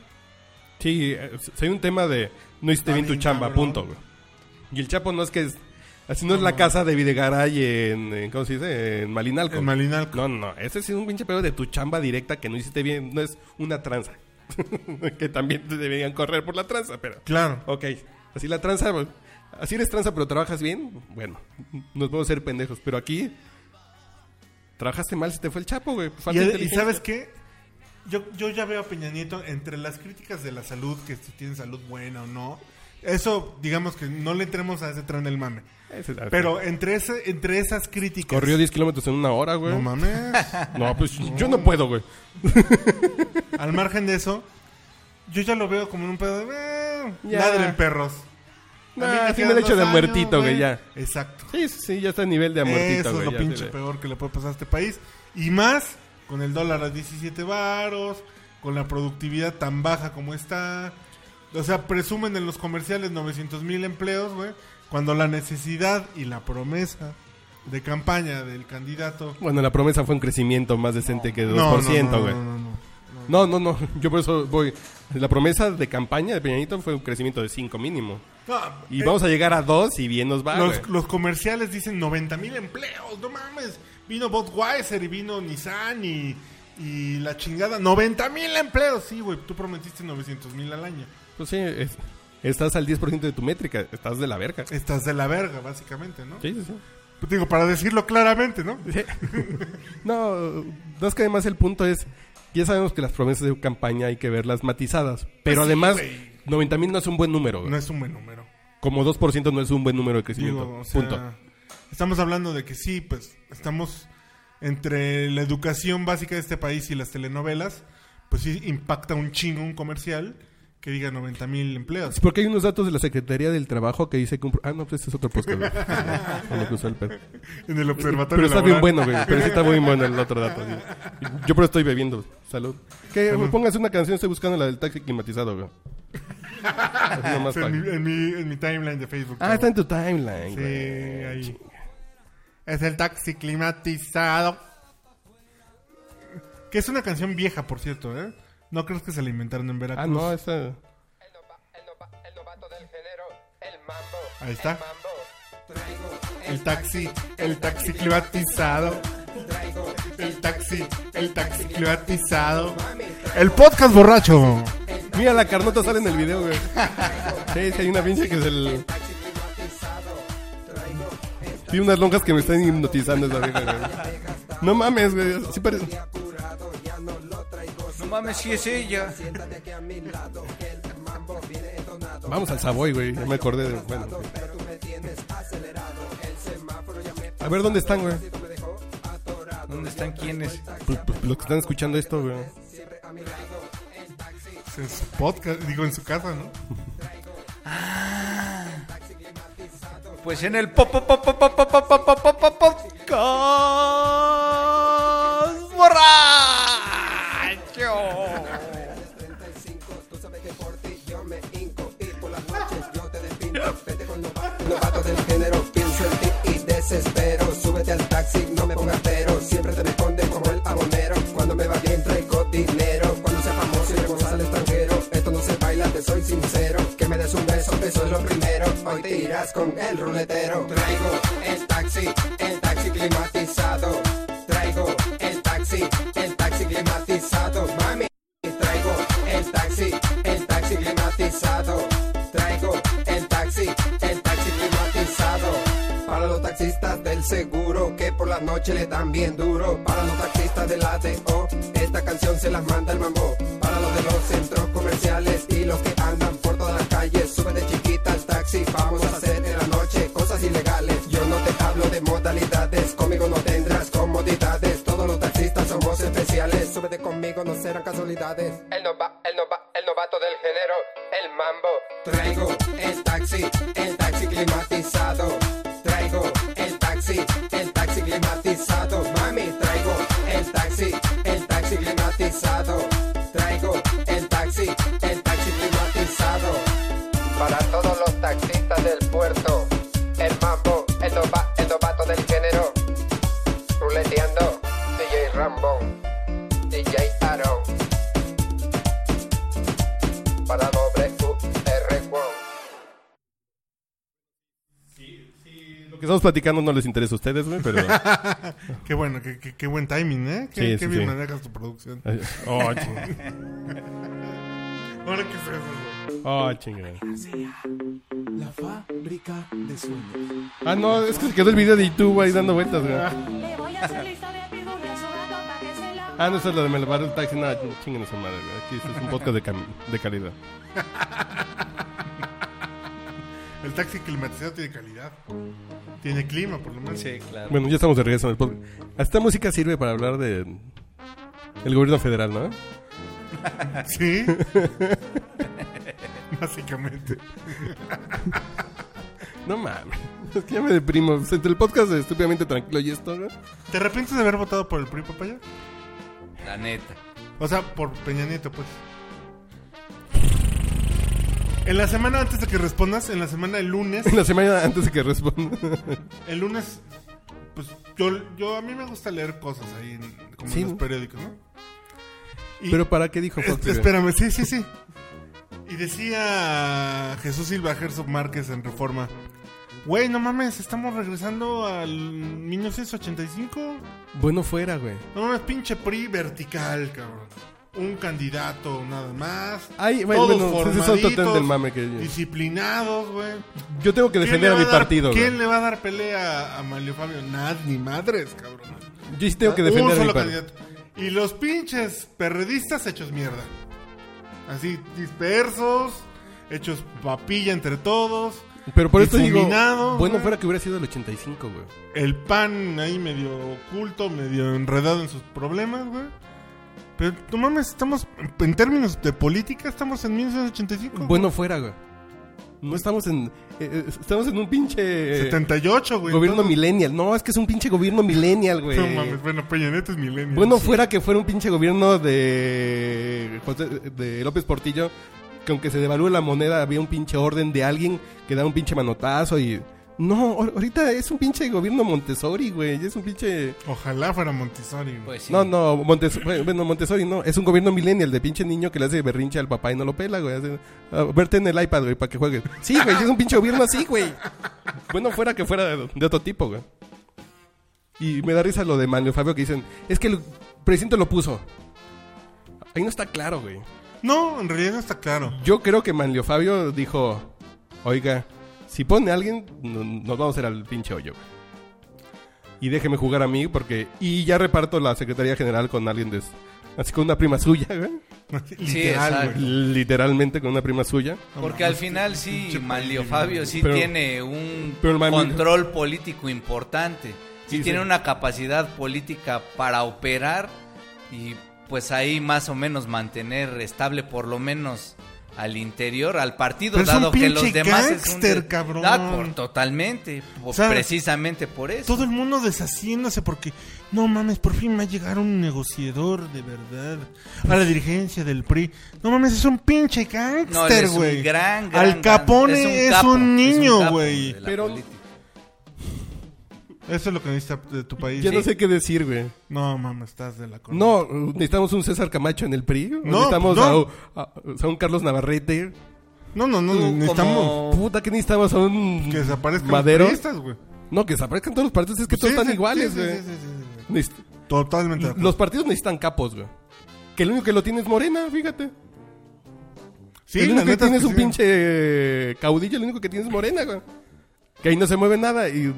Sí, eh, soy un tema de no hiciste Está bien tu bien chamba, cabrón. punto, güey. Y el Chapo no es que es. Así no, es la casa de Videgaray en, en- ¿Cómo se dice? En Malinalco. En Malinalco. No, no, no. Ese sí es un pinche pedo de tu chamba directa que no hiciste bien. No es una tranza. [laughs] que también te deberían correr por la tranza, pero. Claro. Ok. Así la tranza. pues, Así eres tranza, pero trabajas bien. Bueno, nos podemos ser pendejos. Pero aquí. Trabajaste mal, se te fue el Chapo, güey. Falta Y, y inteligencia. sabes qué? Yo, yo ya veo a Peña Nieto entre las críticas de la salud, que si tienen salud buena o no. Eso, digamos que no le entremos a ese tren del mame. Ese- ah, Pero entre, ese, entre esas críticas. Corrió 10 kilómetros en una hora, güey. [laughs] No mames. No, pues yo no puedo, güey. Al margen de eso, yo ya lo veo como en un pedo de. eh, Ya. Ladren perros. Nah, A mí tiene me quedan el hecho dos de años, muertito, güey, güey. ya. Exacto. Sí, sí, sí, ya está a nivel de amortito, Eso güey. es ya, lo pinche sí, de- peor que le puede pasar a este país. Y más con el dólar a 17 varos, con la productividad tan baja como está. O sea, presumen en los comerciales 900 mil empleos, güey. Cuando la necesidad y la promesa de campaña del candidato... Bueno, la promesa fue un crecimiento más decente que 2%, No, güey. no, no, no, no, no. No, no, no. Yo por eso voy. La promesa de campaña de Peñanito fue un crecimiento de 5 mínimo. No, Y eh, vamos a llegar a 2 y bien nos va. güey. los, los comerciales dicen 90 mil empleos, no mames. Vino Budweiser y vino Nissan y, y la chingada. 90 mil empleos, sí, güey. Tú prometiste 900 mil al año. Pues sí, es- estás al 10% de tu métrica. Estás de la verga. Sí, Estás de la verga, básicamente, ¿no? sí, sí. Pues Digo, para decirlo claramente, ¿no? Sí. [laughs] No, no es que además el punto es, ya sabemos que las promesas de campaña hay que verlas matizadas, pero Pues sí, además güey. 90 mil no es un buen número, güey. No es un buen número. como 2% no es un buen número de crecimiento. Digo, o sea, punto. estamos hablando de que sí, pues estamos entre la educación básica de este país y las telenovelas, pues sí impacta un chingo un comercial que diga 90 mil empleos. Sí, porque hay unos datos de la Secretaría del Trabajo que dice que un pro- Ah, no, pues este es otro podcast. [laughs] güey. Con lo que usó el perro. En el observatorio. Pero está bien laboral. bueno, güey. Pero sí está muy bueno el otro dato. sí. Yo pero estoy bebiendo. Salud. Que güey, póngase una canción, estoy buscando la del taxi climatizado, [laughs] güey. Así nomás En mi, para- en mi- en mi timeline de Facebook. Ah, está cabrón. en tu timeline, Sí, güey. ahí. Es el taxi climatizado. Que es una canción vieja, por cierto, ¿eh? No crees que se la inventaron en Ah, Veracruz. no, esa... El, nova- el nova- el novato del género, el mambo. Ahí está. El mambo. Traigo El taxi, el taxi climatizado. El taxi, el taxi climatizado. El podcast borracho. Mira, la carnota sale en el video, güey. Sí, sí, hay una pinche que es el... Tiene unas lonjas que me están hipnotizando esa vieja, güey. No mames, güey. Sí parece. No mames, sí es ella. Vamos al Savoy, güey. Ya me acordé de. Bueno. güey. A ver dónde están, güey. ¿Dónde están quiénes? Pues, pues, Los que están escuchando esto, güey. En su podcast, digo, en su casa, ¿no? Pues en el pop pop pop pop pop pop pop pop pop pop podcast borracho. Novato del género, pienso en ti y desespero. Súbete al taxi, no me pongas pero. Siempre te responde como el abonero. Cuando me va bien traigo dinero. Cuando sea famoso y regoza al extranjero. Esto no se baila, te soy sincero. Que me des un beso, eso es lo primero. Hoy te irás con el ruletero. Traigo el taxi, el taxi climatizado. Traigo el taxi, el taxi climatizado. Mami. Traigo el taxi, el taxi climatizado. Traigo el taxi, el taxi climatizado. Para los taxistas del seguro que por la noche le dan bien duro. Para los taxistas del ATO, esta canción se las manda el mambo. Para los de los centros comerciales y los que andan por todas las calles, sube de chiquita al taxi. Vamos a hacer en la noche cosas ilegales. Yo no te hablo de modalidades, conmigo no tendrás comodidades. Todos los taxistas somos especiales, súbete conmigo, no serán casualidades. El, nova, el, nova, el novato del género, el mambo. Traigo el taxi, el taxi climatizado. Traigo el taxi, el taxi climatizado. Mami, traigo el taxi, el taxi climatizado. Traigo el taxi, el taxi climatizado. Para todos los taxistas del puerto, el mambo, el, nova, el novato del género. Ruleteando, DJ Rambo, DJ Aaron. Para doble UR1. Lo que estamos platicando no les interesa a ustedes, güey, pero. Qué bueno, qué, qué- qué buen timing, ¿eh? Qué, Sí, qué sí, bien sí. manejas tu producción. Ay, Oh, chingada. Ahora que se hace, güey. Oh, chingada. La fábrica de sueños. Ah, no, es que se quedó el video de YouTube ahí dando vueltas, güey. Le voy a hacer la historia pirruria sobre la copa que se la Ah, no, eso es lo de me lavaron el taxi. No, chinguen a su madre, güey. Aquí esto es un podcast de, cam- de calidad. El taxi climatizado tiene calidad. Tiene clima, por lo menos. Sí, claro. Bueno, ya estamos de regreso en el podcast. Esta música sirve para hablar de. El gobierno federal, ¿no? Ah, [laughs] Sí. [laughs] Básicamente. No mames. [laughs] Es que ya me deprimo. Pues, Entre el podcast de Estúpidamente Tranquilo y esto, güey. ¿Te arrepientes de haber votado por el PRI, papaya? La neta. O sea, por Peña Nieto, pues. En la semana antes de que respondas, en la semana el lunes, En la semana antes de que [laughs] responda. el lunes, pues yo, yo a mí me gusta leer cosas ahí, en- como Sí, en los ¿no? periódicos, ¿no? Y- Pero para qué dijo Es- Fox, güey? Este, espérame, sí, sí, sí. Y decía Jesús Silva Gerson Márquez en Reforma. Güey, no mames, estamos regresando al 1985. Bueno, fuera, güey. No mames, pinche PRI vertical, cabrón. Un candidato nada más. Ay, bueno, Todos bueno, ese es otro formaditos, tema del mame que- disciplinados, güey. Yo tengo que ¿Quién le defender a va mi dar- partido, güey. ¿Quién le va a dar pelea a Mario Fabio? Nad ni madres, cabrón. Yo sí tengo que defender Ah, Un a mi solo partido. candidato. Y los pinches perredistas hechos mierda. Así dispersos, hechos papilla entre todos. Pero por esto digo, difuminado, bueno güey. fuera que hubiera sido el 85, güey. El pan ahí medio oculto, medio enredado en sus problemas, güey. Pero no mames, estamos en términos de política, estamos en 1985. güey. Bueno fuera, güey. No estamos en eh, eh, estamos en un pinche 78, güey. eh, gobierno entonces- millennial. No, es que es un pinche gobierno millennial, güey. [laughs] No mames, bueno, Peña Nieto es milenio. bueno fuera que fuera un pinche gobierno de José- de López Portillo que aunque se devalúe la moneda había un pinche orden de alguien que da un pinche manotazo y no, ahor- ahorita es un pinche gobierno Montessori, güey. Es un pinche Ojalá fuera Montessori. güey. Pues sí. No, no, Montessori, bueno, Montessori no. Es un gobierno millennial de pinche niño que le hace berrinche al papá y no lo pela, güey. Hace, "Ah, verte en el iPad, güey, para que juegues. Sí, güey, es un pinche gobierno así, güey. Bueno, fuera que fuera de, de otro tipo, güey. Y me da risa lo de Manuel Fabio que dicen, es que el presidente lo puso. Ahí no está claro, güey. No, en realidad no está claro. [laughs] Yo creo que Manlio Fabio dijo, oiga, si pone a alguien, no- nos vamos a ir al pinche hoyo, güey. y déjeme jugar a mí porque... Y ya reparto la Secretaría General con alguien de... Así con una prima suya, güey. Literal, exacto. güey. Literalmente con una prima suya. Porque al final sí, pinche Manlio país, Fabio sí Pero- tiene un pero el Manlio- control político importante. Sí, Sí, tiene sí. una capacidad política para operar y pues ahí más o menos mantener estable por lo menos al interior, al partido, Pero es un dado que los pinche demás... gángster, cabrón. Ah, por- totalmente, por- O sea, precisamente por eso. Todo el mundo deshaciéndose porque, no mames, por fin va a llegar un negociador de verdad a la dirigencia del PRI. No mames, es un pinche No, él es gángster, un güey. gran, gran, Al gran- Capone es capo, un niño, capo güey. de la Pero- política. Eso es lo que necesita de tu país. Ya no sé qué decir, güey. No mames, estás de la corona. No, necesitamos un César Camacho en el PRI. No, necesitamos no. A, a- a un Carlos Navarrete. no, no, no, Tú necesitamos como- Puta, que necesitamos a un que desaparezcan Madero. los priistas, güey. No, que desaparezcan todos los partidos. Es que todos Sí, están sí, iguales, sí, güey. sí, sí, sí, sí, sí. Necesito- Totalmente de acuerdo. Los partidos necesitan capos, güey. Que el único que lo tiene es Morena, fíjate. Sí, el la único que neta tiene es que un sí. pinche eh, caudillo, el único que tiene es Morena, güey. Que ahí no se mueve nada y...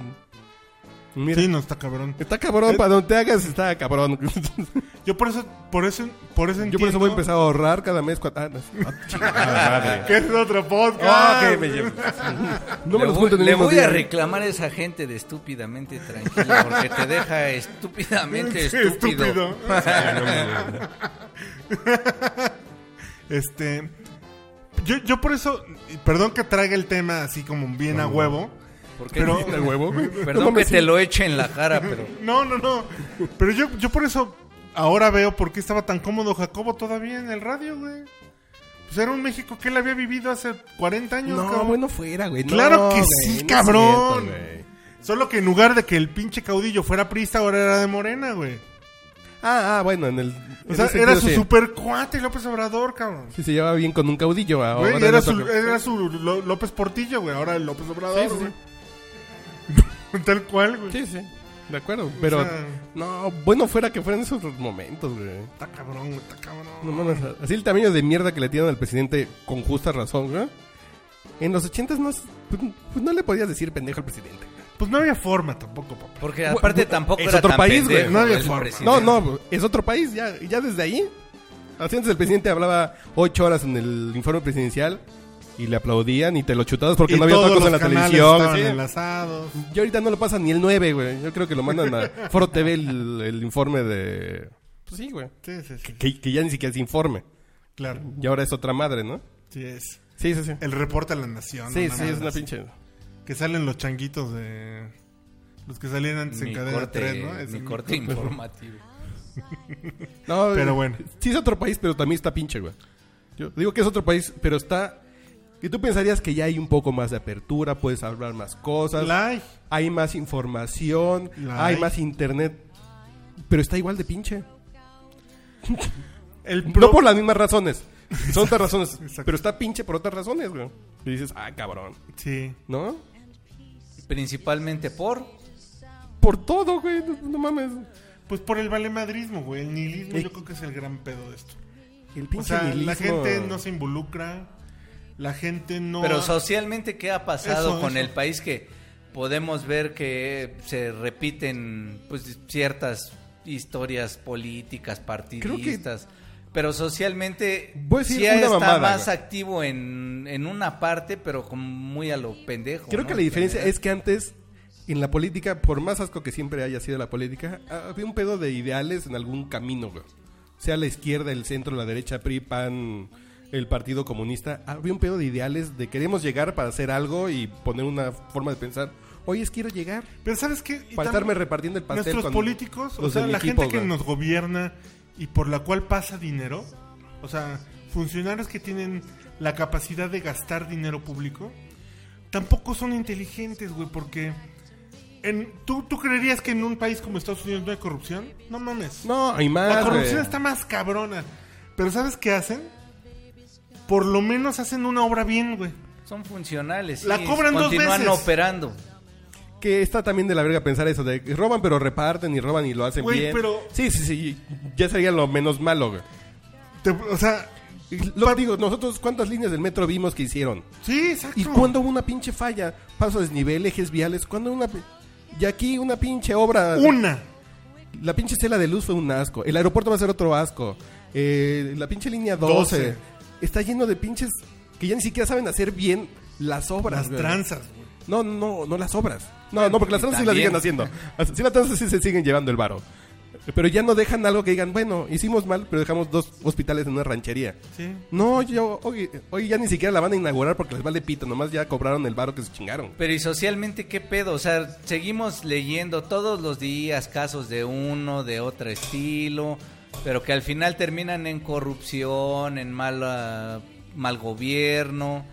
Mira, Sí, Eh. no, está cabrón. está cabrón, para donde te hagas está cabrón. [laughs] Yo por eso, por eso, por eso Yo por eso entiendo voy a empezar a ahorrar cada mes. cua- ah, no. Ah, chingada madre. [laughs] Que es otro podcast. Ah, ok, me llevo. [laughs] No me le los voy, junten en le el mismo voy día. ¿eh? a reclamar a esa gente de estúpidamente tranquila porque te deja estúpidamente Sí, estúpido. [laughs] estúpido. Ah, no, no, no. Este. Yo, yo por eso. y Perdón que traiga el tema así como bien a huevo. ¿Por qué? Pero. ¿De huevo, güey? No Perdón que mames, te sí. lo eche en la cara, pero No, no, no. Pero yo, yo por eso. Ahora veo por qué estaba tan cómodo Jacobo todavía en el radio, güey. Pues era un México que él había vivido hace 40 años, No, cabrón. bueno, fuera, güey. No, Claro que güey, sí, no es cabrón. cierto, güey. Solo que en lugar de que el pinche caudillo fuera prista, ahora era de morena, güey. ah, ah, bueno, en el. O en sea, ese era sentido, su sí. super cuate López Obrador, cabrón. Sí, se llevaba bien con un caudillo. ah, Ahora Güey, era, le su, toca- era su Lo- López Portillo, güey. Ahora el López Obrador, Sí, sí, güey. [laughs] Tal cual, güey. Sí, sí. De acuerdo. Pero. O sea- No, bueno, fuera que fueran esos momentos, güey. Está cabrón, güey. Está cabrón. No mames, Así el tamaño de mierda que le tiran al presidente con justa razón, güey. En los ochentas no, pues, pues no le podías decir pendejo al presidente. Pues no había forma tampoco, papá. porque aparte Bu- bu- tampoco es era otro tan país, güey. pendejo No había el forma. presidente. No, no, es otro país, ya, ya desde ahí. Así antes el presidente hablaba ocho horas en el informe presidencial y le aplaudían y te lo chutabas porque Y no había todos otra cosa en los la canales televisión. estaban ¿sí? enlazados. Yo ahorita no lo pasan ni el 9, güey. Yo creo que lo mandan a Foro TV el, el informe de... Pues sí, güey. Sí, sí, sí. Que, que ya ni siquiera es informe. Claro. Y ahora es otra madre, ¿no? Sí, es. Sí, sí, sí. El reporte a la nación. sí, una sí, es madre una así. pinche... Que salen los changuitos de. Los que salían antes Mi en cadena corte, 3, ¿no? Es mi el- [laughs] corte informativo. No, Pero eh, bueno. Sí es otro país, pero también está pinche, güey. Yo digo que es otro país, pero está... Y tú pensarías que ya hay un poco más de apertura, puedes hablar más cosas. Live. Hay más información, La hay hay. más internet. Pero está igual de pinche. El No pro- por las mismas razones. Son otras razones. [laughs] exacto. Pero está pinche por otras razones, güey. Y dices, ah, cabrón. Sí. ¿No? Principalmente por Por todo, güey. No, no mames. Pues por el valemadrismo, güey. El nihilismo Eh. yo creo que es el gran pedo de esto. El O pinche sea, la nihilismo. gente no se involucra. La gente no. Pero socialmente, ¿qué ha pasado Eso, con eso. el país que podemos ver que se repiten pues, ciertas historias políticas, partidistas? Pero socialmente Voy a decir sí ya una está mamada, más güey. activo en, en una parte, pero como muy a lo pendejo. Creo ¿no? que la En diferencia general. es que antes, en la política, por más asco que siempre haya sido la política, había un pedo de ideales en algún camino, güey. Sea la izquierda, el centro, la derecha, PRI, PAN, el Partido Comunista. Había un pedo de ideales de queremos llegar para hacer algo y poner una forma de pensar. Hoy es quiero llegar. Pero ¿sabes qué? Y Faltarme tam- repartiendo el pastel Nuestros con políticos, o los de sea, mi la equipo, gente que güey. nos gobierna y por la cual pasa dinero, o sea, funcionarios que tienen la capacidad de gastar dinero público, tampoco son inteligentes, güey, porque en, ¿tú, ¿tú creerías que en un país como Estados Unidos no hay corrupción? No mames. No, hay más. la corrupción güey. está más cabrona. Pero ¿sabes qué hacen? Por lo menos hacen una obra bien, güey. Son funcionales. La sí, cobran dos continúan veces. operando. Que está también de la verga pensar eso de que roban pero reparten y roban y lo hacen Güey, bien. pero- Sí, sí, sí. Ya sería lo menos malo, güey. Te- o sea, Y Lo que digo, nosotros cuántas líneas del metro vimos que hicieron. sí, exacto. Y cuando hubo una pinche falla, paso a desnivel, ejes viales, cuando una pi- Y aquí una pinche obra. Una. La pinche estela de luz fue un asco. El aeropuerto va a ser otro asco. Eh, la pinche línea 12. 12. Está lleno de pinches que ya ni siquiera saben hacer bien las obras. Las güey. tranzas, güey. No, no, no las obras. No, no, porque las tranzas sí las también. siguen haciendo. Sí las tranzas sí se siguen llevando el varo. Pero ya no dejan algo que digan, bueno, hicimos mal, pero dejamos dos hospitales en una ranchería. Sí. No, yo hoy, hoy ya ni siquiera la van a inaugurar porque les vale pito, nomás ya cobraron el varo que se chingaron. Pero y socialmente qué pedo, o sea, seguimos leyendo todos los días casos de uno, de otro estilo, pero que al final terminan en corrupción, en mala, mal gobierno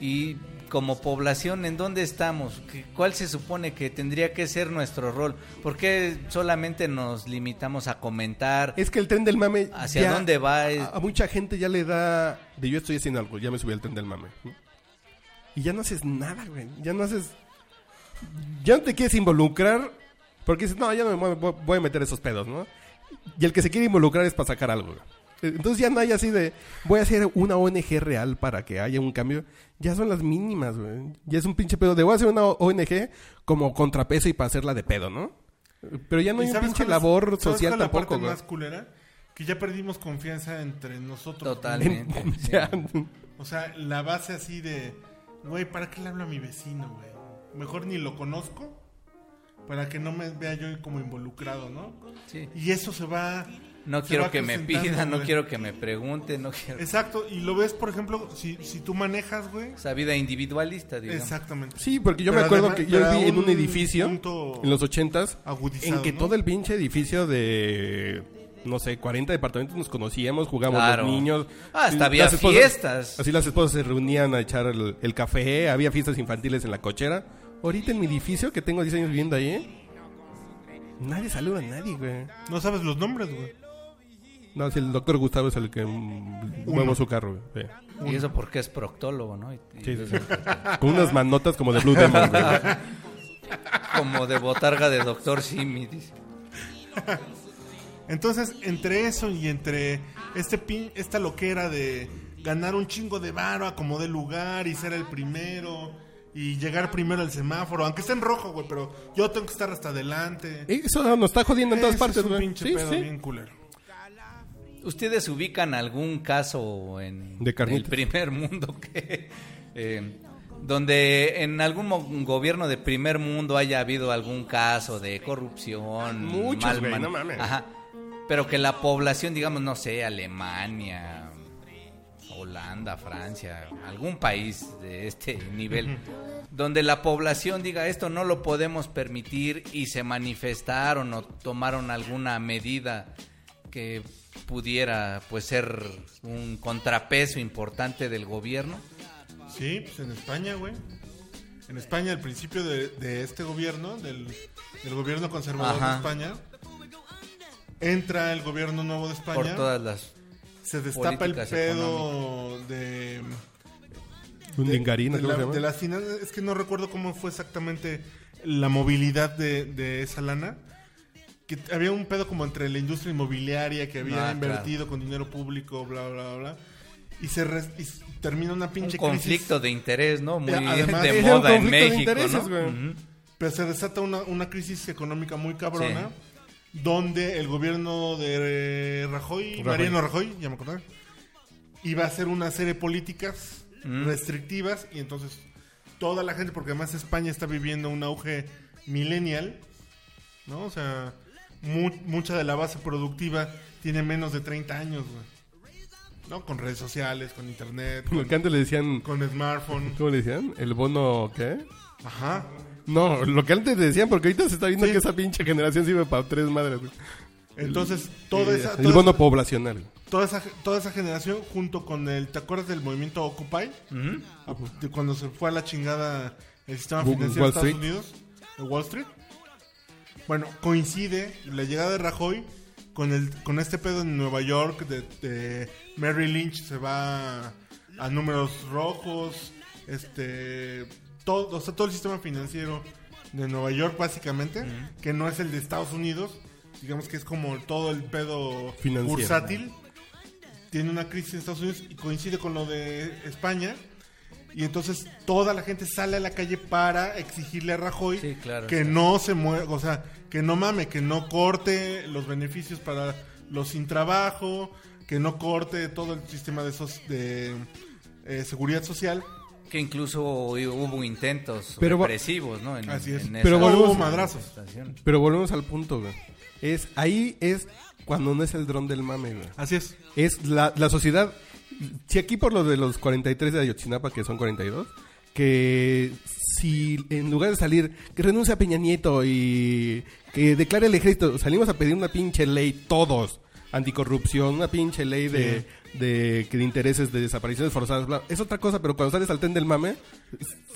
y como población, ¿en dónde estamos? ¿Qué- ¿Cuál se supone que tendría que ser nuestro rol? ¿Por qué solamente nos limitamos a comentar? Es que el tren del mame. ¿Hacia dónde va? A, a mucha gente ya le da. De yo estoy haciendo algo, ya me subí al tren del mame. ¿no? Y ya no haces nada, güey. Ya no haces. Ya no te quieres involucrar. Porque dices, no, ya no me muevo, voy- voy a meter esos pedos, ¿no? Y el que se quiere involucrar es para sacar algo, güey. Eh, Entonces ya no hay así de. Voy a hacer una ONG real para que haya un cambio. Ya son las mínimas, güey. Ya es un pinche pedo. De voy a hacer una ONG como contrapeso y para hacerla de pedo, ¿no? Pero ya no ¿Y hay un sabes pinche cuál es- labor sabes social cuál es tampoco, La parte güey. más culera que ya perdimos confianza entre [laughs] nosotros. Totalmente. [laughs] sí. Ya. O sea, la base así de, güey, ¿para qué le hablo a mi vecino, güey? Mejor ni lo conozco para que no me vea yo como involucrado, ¿no? Sí. Y eso se va. No se quiero va que me acrecentando, pidan, no güey. quiero que me pregunten, no quiero... Exacto, y lo ves, por ejemplo, si, si tú manejas, güey. Esa vida individualista, digamos. Exactamente. Sí, porque yo Pero me acuerdo además- que yo pero vi en un un edificio punto en los ochentas agudizado, en que ¿no? todo el pinche edificio de no sé, 40 departamentos nos conocíamos, jugábamos Claro. los niños. Ah, hasta Las había esposas- fiestas. Así las esposas se reunían a echar el, el café, había fiestas infantiles en la cochera. Ahorita en mi edificio que tengo 10 años viviendo ahí, nadie saluda a nadie, güey. No sabes los nombres, güey. No, si el doctor Gustavo es el que mm, Uno. mueve su carro, güey. Sí. Y eso porque es proctólogo, ¿no? Y- y Sí, [laughs] sí, sí. entonces, Con unas manotas como de Blue Demon, güey. Como de botarga de doctor Simi, dice. Entonces, entre eso y entre este pin, esta loquera de ganar un chingo de varo, acomodar el lugar y ser el primero y llegar primero al semáforo, aunque esté en rojo, güey, pero yo tengo que estar hasta adelante. Eso nos está jodiendo en todas Ese partes, es un güey. pinche Sí, pedo sí. bien culero. ¿Ustedes ubican algún caso en De el carnitas. primer mundo [laughs] que... eh, donde en algún mo- gobierno de primer mundo haya habido algún caso de corrupción, Muchos, mal güey, man- no mames. Ajá. Pero que la población, digamos, no sé, Alemania, Holanda, Francia, algún país de este [laughs] nivel, donde la población diga esto no lo podemos permitir y se manifestaron o tomaron alguna medida que pudiera pues ser un contrapeso importante del gobierno. Sí, pues en España, güey. En España, al principio de, de este gobierno, del, del gobierno conservador de Ajá. España, entra el gobierno nuevo de España. Por todas las... se destapa el políticas pedo de... Un de- dingarín, de, ¿cómo la- se llama? de las finanzas. Es que no recuerdo cómo fue exactamente la movilidad de, de esa lana. Que t- había un pedo como entre la industria inmobiliaria que había Ah, invertido con dinero público, bla, bla, bla. Y se res- y s- termina una Un pinche crisis. conflicto de interés, ¿no? Muy Eh, además, de es un moda en conflicto de México, intereses, ¿no? güey. Ujú. Pero se desata una, una crisis económica muy cabrona. Donde el gobierno de eh, Rajoy, Rajoy. Mariano Rajoy, ya me acordé, iba a hacer una serie de políticas restrictivas. Y entonces toda la gente, porque además España está viviendo un auge millennial, ¿no? O sea, mu- mucha de la base productiva tiene menos de 30 años, güey. ¿No? Con redes sociales, con internet, Lo con, que antes le decían, con smartphone. ¿cómo le decían? ¿El bono qué? Ajá. No, lo que antes le decían, porque ahorita se está viendo Sí. que esa pinche generación sirve para tres madres. güey. Entonces, toda esa. El toda bono poblacional. toda esa, toda esa generación junto con el, ¿te acuerdas del movimiento Occupy? Ah, pues, De cuando se fue a la chingada el sistema Wall- financiero de Wall Estados Street. Unidos, de Wall Street. Bueno, coincide la llegada de Rajoy con el con este pedo en Nueva York de, de Mary Lynch se va a números rojos, este todo, o sea, todo el sistema financiero de Nueva York básicamente, que no es el de Estados Unidos, digamos que es como todo el pedo Financiero. bursátil tiene una crisis en Estados Unidos y coincide con lo de España. Y entonces toda la gente sale a la calle para exigirle a Rajoy Sí, claro, que claro. no se mueva, o sea, que no mame, que no corte los beneficios para los sin trabajo, que no corte todo el sistema de, soc- de eh, seguridad social. Que incluso hubo intentos Pero va- represivos, ¿no? En, Así es. en Pero esa volvemos- Hubo madrazos. manifestación. Pero volvemos al punto, güey. Es, ahí es cuando no es el dron del mame, güey. Así es. Es la, la sociedad. Si aquí por lo de los 43 de Ayotzinapa, que son 42, que si en lugar de salir, que renuncia a Peña Nieto y que declare el ejército, salimos a pedir una pinche ley todos. Anticorrupción, una pinche ley de, de, que de intereses de desapariciones forzadas. bla, es otra cosa, pero cuando sales al tren del mame,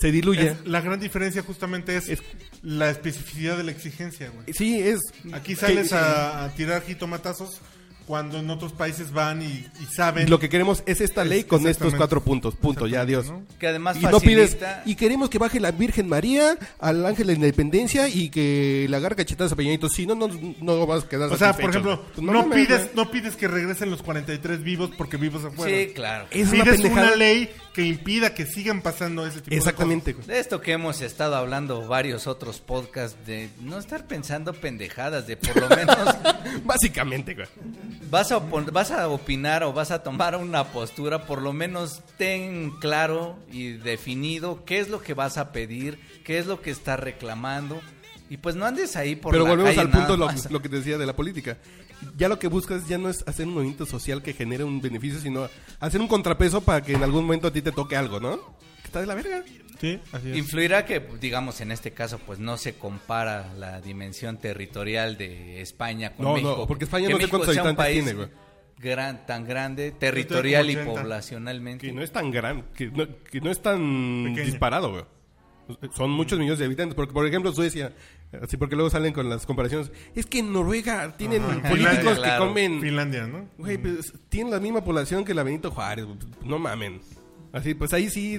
se diluye. Es- la gran diferencia justamente es, Es- la especificidad de la exigencia, güey. sí, es. Aquí sales que- a, a tirar jitomatazos cuando en otros países van y, y saben. Lo que queremos es esta ley con estos Exactamente. cuatro puntos. Punto, ya, adiós. Exactamente, Que además Y no pides. facilita... Y queremos que baje la Virgen María al Ángel de la Independencia y que la agarre cachetadas a Peña Nieto. Si no, no, no vas a quedar O sea, por satisfecho. ejemplo, Pues no, mames, pides, güey. no pides que regresen los 43 vivos porque vivos afuera. Sí, claro. Es una pides una, pendejada. ley que impida que sigan pasando ese tipo de Exactamente, [laughs] güey. De esto que hemos estado hablando varios otros podcasts, de no estar pensando pendejadas, de por lo [laughs] menos Básicamente, güey. vas, a opon- vas a opinar o vas a tomar una postura, por lo menos ten claro y definido qué es lo que vas a pedir, qué es lo que estás reclamando. Y pues no andes ahí por Pero la volvemos calle al nada punto lo, más. lo que te decía de la política. Ya lo que buscas ya no es hacer un movimiento social que genere un beneficio, sino hacer un contrapeso para que en algún momento a ti te toque algo, ¿no? Que está de la verga. cosas. Sí, así es. Influirá que, digamos, en este caso, pues no se compara la dimensión territorial de España con No, no, México. porque España Que no sé México cuántos sea un habitantes país tiene, gran- tan grande, territorial y 80. poblacionalmente. Que no es tan gran, que no, que no es tan Pequeña. disparado, güey. Son muchos millones de habitantes. Porque, por ejemplo, Suecia, así porque luego salen con las comparaciones. Es que en Noruega tienen Ajá, políticos Finlandia, claro. que comen. Finlandia, ¿no? Güey, pues, tienen la misma población que la Benito Juárez. güey. No mamen. Así, pues ahí sí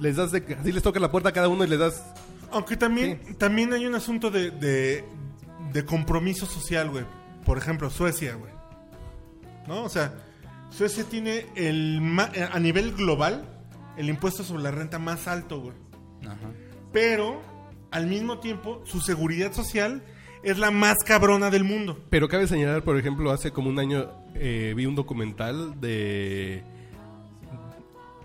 les das, de- así les toca la puerta a cada uno y les das. Aunque también, también hay un asunto de, de, de compromiso social, güey. Por ejemplo, Suecia, güey. ¿No? O sea, Suecia tiene el ma- eh, a nivel global el impuesto sobre la renta más alto, güey. Ajá. Pero, al mismo tiempo, su seguridad social es la más cabrona del mundo. Pero cabe señalar, por ejemplo, hace como un año eh, vi un documental de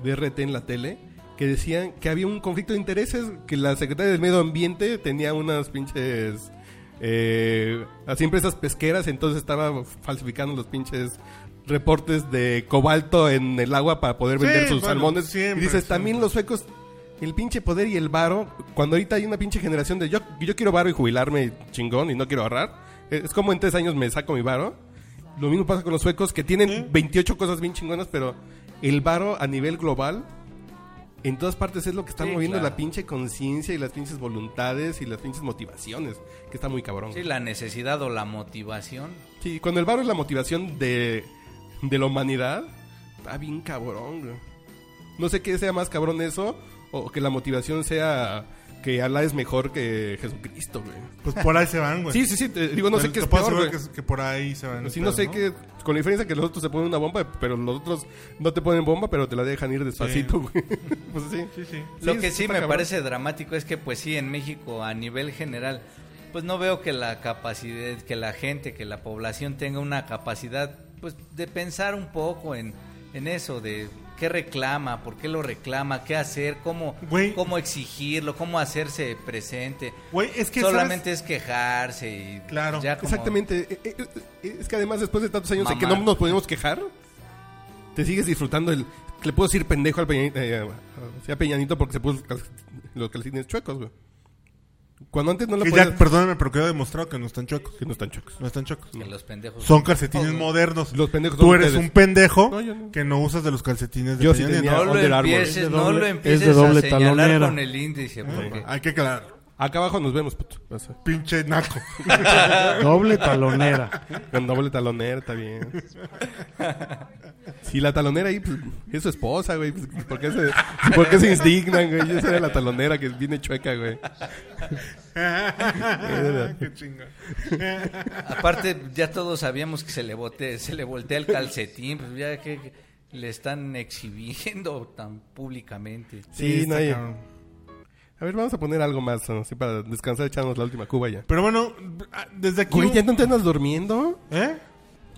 de RT en la tele que decían que había un conflicto de intereses, que la secretaria del Medio Ambiente tenía unas pinches eh, así empresas pesqueras, entonces estaba falsificando los pinches reportes de cobalto en el agua para poder Sí, vender sus bueno, salmones. siempre, y dices, siempre. también los suecos el pinche poder y el varo, cuando ahorita hay una pinche generación de yo, yo quiero varo y jubilarme chingón y no quiero ahorrar, eh, es como en tres años me saco mi varo. Lo mismo pasa con los suecos que tienen Sí. 28 cosas bien chingonas, pero el varo a nivel global en todas partes es lo que está Sí, moviendo claro. la pinche conciencia y las pinches voluntades y las pinches motivaciones, que está muy cabrón. Sí, la necesidad o la motivación. Sí, cuando el varo es la motivación de, de la humanidad, está bien cabrón, güey. No sé qué sea más cabrón eso, o que la motivación sea que Alá es mejor que Jesucristo, güey. Pues por ahí se van, güey. Sí, sí, sí, te digo, no Te- sé qué te es puedo peor, asegurar güey. que, que por ahí se van. Sí, no sé qué, con la diferencia que los otros se ponen una bomba, pero los otros no te ponen bomba, pero te la dejan ir despacito, güey. [laughs] Pues sí. Sí, sí. Lo que sí está me cabrón. parece dramático es que pues sí, en México a nivel general, pues no veo que la capacidad, que la gente, que la población tenga una capacidad pues de pensar un poco en, en eso, de qué reclama, por qué lo reclama, qué hacer, cómo, Güey. cómo exigirlo, cómo hacerse presente. Güey, es que. Solamente es quejarse y Claro, ya como- Exactamente. Eh, eh, eh, Es que además, después de tantos años de que Mamá. no nos podemos quejar, te sigues disfrutando el. Le puedo decir pendejo al Peñanito, Peñanito porque se puso cal- los calcines chuecos, güey. Cuando antes no lo ¿sabes? Que podías. ya, perdóname, pero quedó demostrado que no están chuecos. Que no están chuecos. No están chuecos. que los pendejos. Son calcetines Ojo. modernos. Los pendejos Tú son eres ustedes. un pendejo No, yo no. que no usas de los calcetines de Yo sí Peña Nieto. tenía- No lo Under Armour. empieces, Es de no doble- lo es de empieces a doble señalar talonera. con el índice. porque- Hay que aclarar. Acá abajo nos vemos, puto. Vas a- Pinche [laughs] naco. Doble talonera. Con doble talonera, está bien. Si la talonera ahí, pues, es su esposa, güey. pues, ¿por, qué se, por qué se indignan, güey? Esa era la talonera que viene chueca, [laughs] güey. Qué chinga. Aparte, ya todos sabíamos que se le bote, se le voltea el calcetín, pues ya que, que- le están exhibiendo tan públicamente. Sí, está nadie. cabrón. A ver, vamos a poner algo más, ¿no? así para descansar, echarnos la última cuba ya. Pero bueno, ah, desde aquí. Güey, ¿ya no te andas durmiendo? ¿Eh?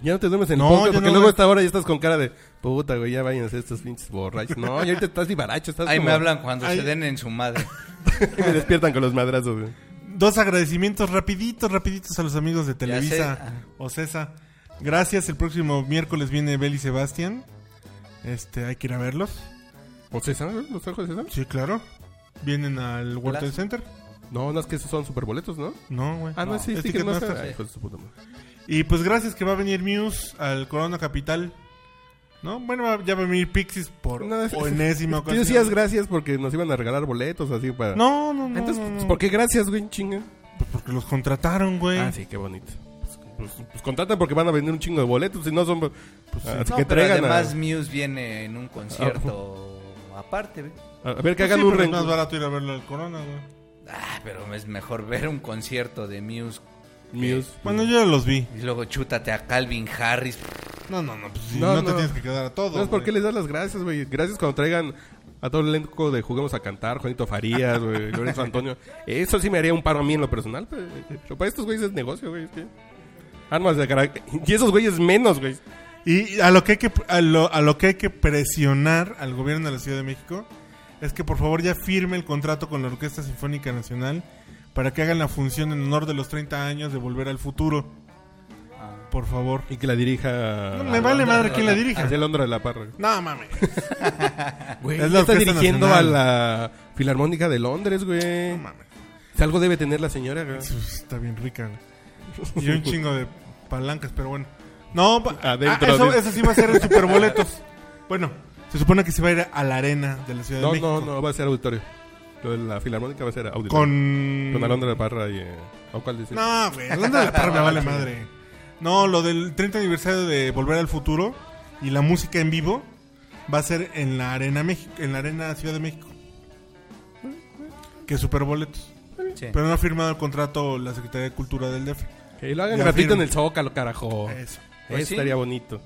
Ya no te duermes en No, el ya podcast, porque no, luego güey. a esta hora ya estás con cara de puta, güey, ya váyanse estos pinches borrachos. No, y ahorita estás vibaracho, estás Ahí como- me hablan cuando Ahí- se den en su madre. [laughs] y me despiertan con los madrazos, güey. Dos agradecimientos rapiditos, rapiditos a los amigos de sé. Televisa Ah. o CESA. Gracias, el próximo miércoles viene Bel y Sebastián. Este, hay que ir a verlos. ¿O César? ¿Los ojos de César? Sí, claro. Vienen al World Trade Plaza. Center. No, no, es que esos son superboletos, ¿no? No, güey. Ah, no, sí, es sí, que no Ticketmaster. está. Ay, hijo de su puta madre. Y pues gracias que va a venir Muse al Corona Capital. ¿No? Bueno, va- ya va a venir Pixies por No, [laughs] es- enésima Tú ocasión. decías gracias porque nos iban a regalar boletos, así para... No, no, no. Entonces, pues, no, no. ¿por qué gracias, güey? Chinga. Pues porque los contrataron, güey. Ah, sí, qué bonito. Pues, pues, pues contratan porque van a vender un chingo de boletos. Si no son. Pues, así No, que pero traigan. a- Ah, además Muse viene en un concierto aparte, ¿ve? A, a ver, que Pues hagan sí, un pero es rent. más barato ir a verlo al Corona, güey. Ah, pero es mejor ver un concierto de Muse Muse. Bueno, yo ya los vi. y luego chútate a Calvin Harris. No, no, no. Pues, sí, No, no, te no. tienes que quedar a todos. Pues, ¿Sabes por güey. qué les das las gracias, güey? Gracias cuando traigan a todo el elenco de Juguemos a Cantar, Juanito Farías, güey, [laughs] Lorenzo Antonio. Eso sí me haría un paro a mí en lo personal. Pero, pero para estos güeyes es negocio, güey. es que- Armas de carácter. Y esos güeyes menos, güey. Y a lo que hay que a lo, a lo que hay que presionar al gobierno de la Ciudad de México es que por favor ya firme el contrato con la Orquesta Sinfónica Nacional para que hagan la función en honor de los 30 años de Volver al Futuro. Ah. Por favor. Y que la dirija. No, me vale madre quién la dirija. Hacia Londra de la Parra. güey. No mames. Güey, Es la ya está Orquesta dirigiendo Nacional. a la Filarmónica de Londres, güey. No mames. O sea, algo debe tener la señora, eh, güey. Está bien rica. güey. [laughs] Y un chingo de palancas, pero bueno. No, pa- Adentro ah, eso, de- eso sí va a ser en superboletos. Bueno, se supone que se va a ir a la arena de la Ciudad No, de México. no, no, va a ser auditorio. Lo de la Filarmónica va a ser auditorio. Con Con Alondra de Parra y. Eh, ¿O cuál dice? No, güey, hablando de la parra me vale madre. No, lo del 30 aniversario de Volver al Futuro y la música en vivo va a ser en la Arena México, en la Arena Ciudad de México. Que superboletos. Sí. Pero no ha firmado el contrato la Secretaría de Cultura del DF. Que lo hagan Ya gratuito firme. en el Zócalo, carajo. Eso. Eso. Pues sí. estaría bonito.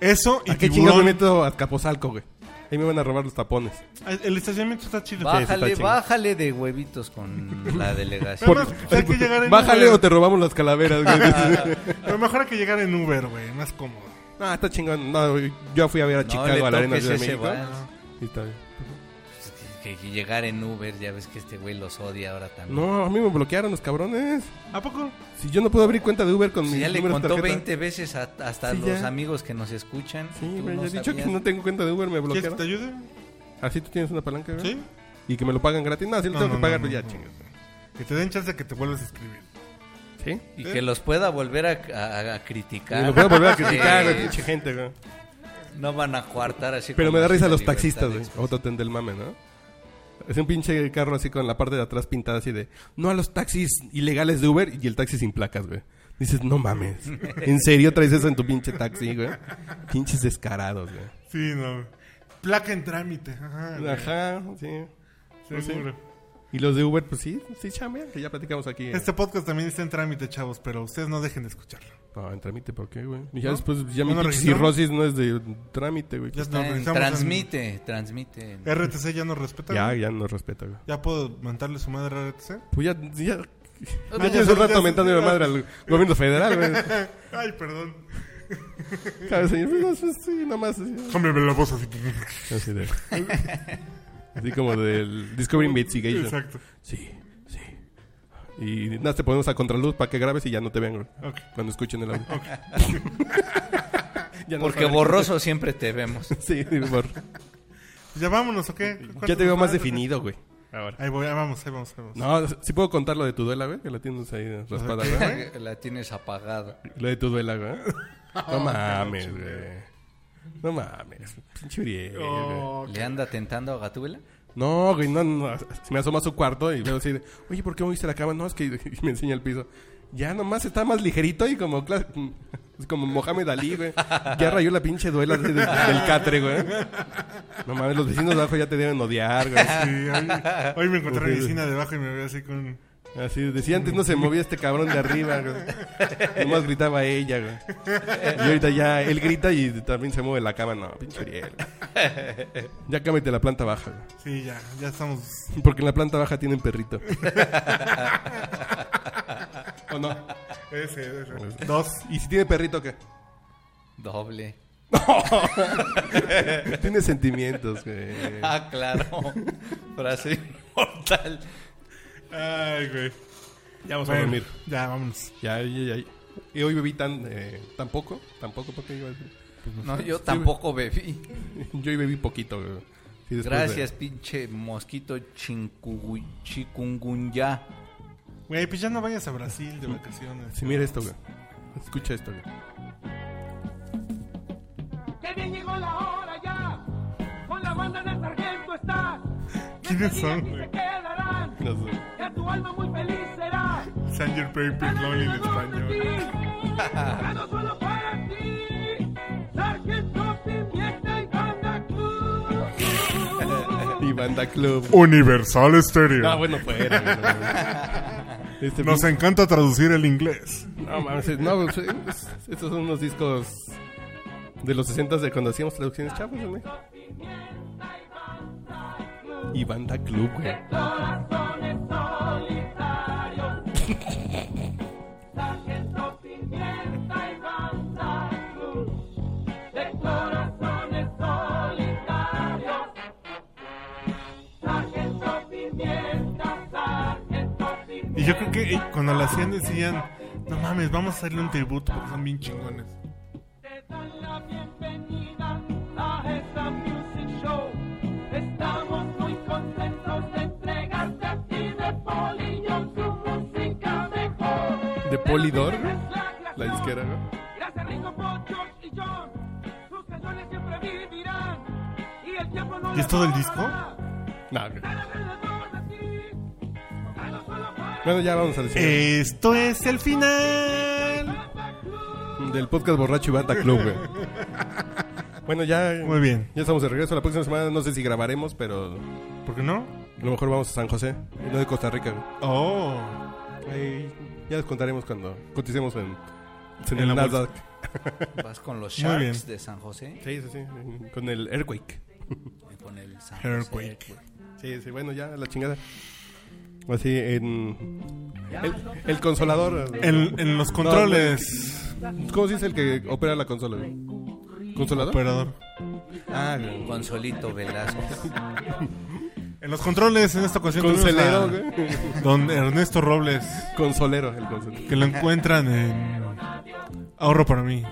Eso y ¿A qué chingados me tiburón. meto a Capozalco, güey? Ahí me van a robar los tapones. Ah, El estacionamiento está chido. Bájale, chingón. bájale de huevitos con la delegación. Pues, Por- Además, hay que llegar en Bájale Uber. o te robamos las calaveras, [laughs] güey. Pero mejor hay que llegar en Uber, güey, más cómodo. no, está chingón. No, güey, yo fui a ver a No Chicago, le a la Arena toques Ciudad de ese México. vals. Y está bien. Que, que llegar en Uber, ya ves que este güey los odia ahora también. No, a mí me bloquearon los cabrones. ¿A poco? Si yo no puedo abrir cuenta de Uber con Si mis ya le números de contó tarjeta. 20 veces a- hasta Sí, los ya. amigos que nos escuchan. Sí, tú me no he dicho que sabías. no tengo cuenta de Uber, me ¿Quieres que te bloquearon. ¿Eh? ayude? Así tú tienes una palanca, güey. ¿Sí? Y que me lo pagan gratis. No, si lo No, tengo no, que pagar, pues no, ya, no, no. chingas. Que te den chance de que te vuelvas a escribir. ¿Sí? Y que los pueda volver a, a- a criticar. Y lo voy a volver a criticar, Sí. güey, pinche gente, güey. No van a coartar así. Pero como me da si risa la los libertad taxistas, güey. es- Otro tende el mame, ¿no? Es un pinche carro así con la parte de atrás pintada así de... No a los taxis ilegales de Uber y el taxi sin placas, güey. Dices, no mames. ¿En serio traes eso en tu pinche taxi, güey? Pinches descarados, güey. Sí, no. Placa en trámite. Ajá. güey. Ajá, pues sí. Seguro. Y los de Uber, pues sí, sí, chambean, que ya platicamos aquí. eh. Este podcast también está en trámite, chavos, pero ustedes no dejen de escucharlo. No, en trámite, ¿por qué, güey? Y ya después, ya mi ¿No lo pinche registró? cirrosis no es de trámite, güey. Ya Está nos en- revisamos en- Eh, transmite, transmite. RTC ya nos respeta. Ya, Ya, ya no respeta, güey. puedo mentarle su madre a RTC. Pues ya, ya... Ah, Ya ya tienes se- un rato ya se- aumentando la ya- madre al gobierno federal, güey. Ay, perdón. Claro, señor. pues, No, sí, sí, nomás. Así, Cámbiame la voz así. así de. Así como del Discovery Investigation. Exacto. Sí, sí. Y nada, te ponemos a contraluz para que grabes y ya no te vengo. Ok. Cuando escuchen el audio. [laughs] Ya no Porque saben. borroso siempre [laughs] te vemos. [laughs] Sí, sí, bor- Ya vámonos, ¿o qué? ¿Cuánto Ya te veo nos más falta? definido, güey. Ahora. Ahí voy, ahí vamos, ahí vamos, ahí [laughs] vamos. Pues, No, sí puedo contar lo de tu duela, güey. Que la tienes ahí raspada, güey. la tienes apagada. Lo de tu duela, güey. No mames, güey. No mames. Pinche Uriel, güey. ¿Le anda tentando a Gatúbela? No, güey, no, no. Se me asoma a su cuarto y veo así de, oye, ¿por qué moviste la cama? No, es que [laughs] y me enseña el piso. Ya nomás está más ligerito y como, cla- [laughs] como Mohamed Ali, güey. Ya rayó la pinche duela así de- del catre, güey. No mames, los vecinos de abajo ya te deben odiar, güey. Sí, hoy, hoy me encontré a mi vecina debajo y me veo así con... Así, decía antes no se movía este cabrón de arriba, güey. Nomás gritaba ella, güey. Y ahorita ya él grita y también se mueve la cama. No, pinche Uriel. Ya cámete la planta baja, güey. Sí, ya, ya estamos. Porque en la planta baja tienen perrito. ¿O no? Ese, ese. Dos. ¿Y si tiene perrito qué? Doble. Tiene sentimientos, güey. Ah, [laughs] claro. Frase mortal. Ay, güey. Ya vamos Bueno, a dormir. Ya, vámonos. Ya, ya, ya. Y hoy bebí tan, eh, tan poco, tan poco, porque iba a decir. No, yo tampoco bebí. Yo hoy bebí poquito, güey. Sí, después de- Gracias, pinche mosquito chincugu- chikungunya. Güey, pues ya no vayas a Brasil de vacaciones. Sí, mira esto, güey. Escucha esto, güey. ¡Qué bien llegó la hora ya! Con la banda del sargento estás. ¿Quiénes son, Aquí güey? se quedarán. No sé. Ya tu alma muy feliz será. Sanger Paper Lonely en [laughs] español. Ya no solo para ti. Sargento Pimienta y Banda Cruz. [laughs] Y Banda Club. Universal Stereo. Ah, bueno, fuera, güey. Este Nos pinche- encanta traducir el inglés. No, mames, no, pues, eh, es- estos son unos discos de los 60 de cuando hacíamos traducciones chavas, güey. Y Banda Club, güey. Corazones solitarios. Sargento Pimienta y Banda Cruz. De corazones solitarios. Sargento Pimienta, Sargento Pimienta. Y yo creo que eh, cuando la hacían decían, no mames, vamos a hacerle un tributo porque son bien chingones. Te dan la bienvenida a esta music show. Estamos muy contentos de entregarte a ti de Polillón su música mejor. De Polydor, güey. La La disquera, güey. Gracias Ringo, Paul, George y John. Sus canciones siempre vivirán. Y el tiempo no ¿Y es todo el disco? No, güey. Estar alrededor de ti. Tocando solo para Bueno, ya vamos a decir. Eh. Esto es el final. Del podcast Borracho y Banda Club, [laughs] güey. Bueno, ya. Muy bien. Ya estamos de regreso la próxima semana. No sé si grabaremos, pero ¿Por qué no? a lo mejor vamos a San José. No de Costa Rica, güey. Oh. Ahí ya les contaremos cuando coticemos en, en En el la bolsa. Nasdaq. Vas con [laughs] los Muy bien. Sharks de San José Sí, sí, sí. Con el Earthquake. y con el San Earthquake. José. pues. Earthquake. Sí, sí, bueno, ya, la chingada. Así, en. El, el consolador. En, en los controles. ¿Cómo se dice el que opera la consola? güey? ¿Consolador? Operador. Ah, güey. Consolito Velázquez. En los controles en esta ocasión tenemos Consolero, a güey. Don Ernesto Robles, Consolero, el consolero. que lo encuentran en Ahorro para mí.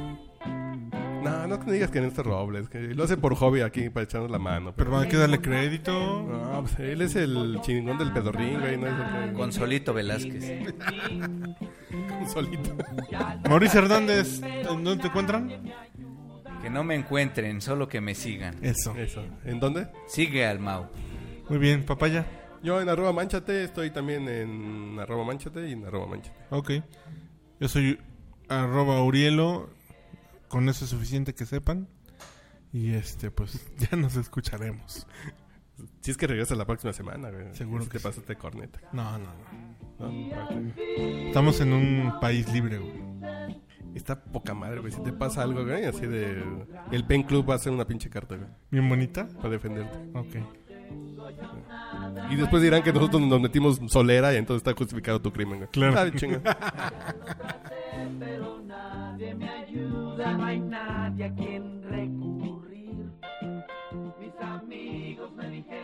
No, no te digas que en este Robles. Que lo hace por hobby aquí, para echarnos la mano. Pero, Pero hay que darle crédito. no, pues él es el chingón del pedorrín, güey. No es el que- Consolito Velázquez. consolito. Mauricio Hernández, ¿en ¿dónde te encuentran? Que no me encuentren, solo que me sigan. Eso. Eso. ¿En dónde? Sigue al Mau. Muy bien, papaya. Yo en arroba manchate, estoy también en arroba manchate y en arroba manchate. Ok. Yo soy arroba Urielo. Con eso es suficiente que sepan. Y este, pues [laughs] ya nos escucharemos. Si es que regresas la próxima semana, güey. Seguro Si te que sí. pasaste corneta. No, no, no. ¿no? Estamos en un país libre, güey. Está poca madre, güey. Si te pasa algo, güey, así de. El Pen Club va a hacer una pinche carta, güey, Bien bonita. para defenderte. Ok. Y después dirán que nosotros nos metimos solera y entonces está justificado tu crimen, güey. Claro. Ah, chinga. pero nadie me ayuda, no hay nadie a quien recurrir. Mis amigos me dijeron.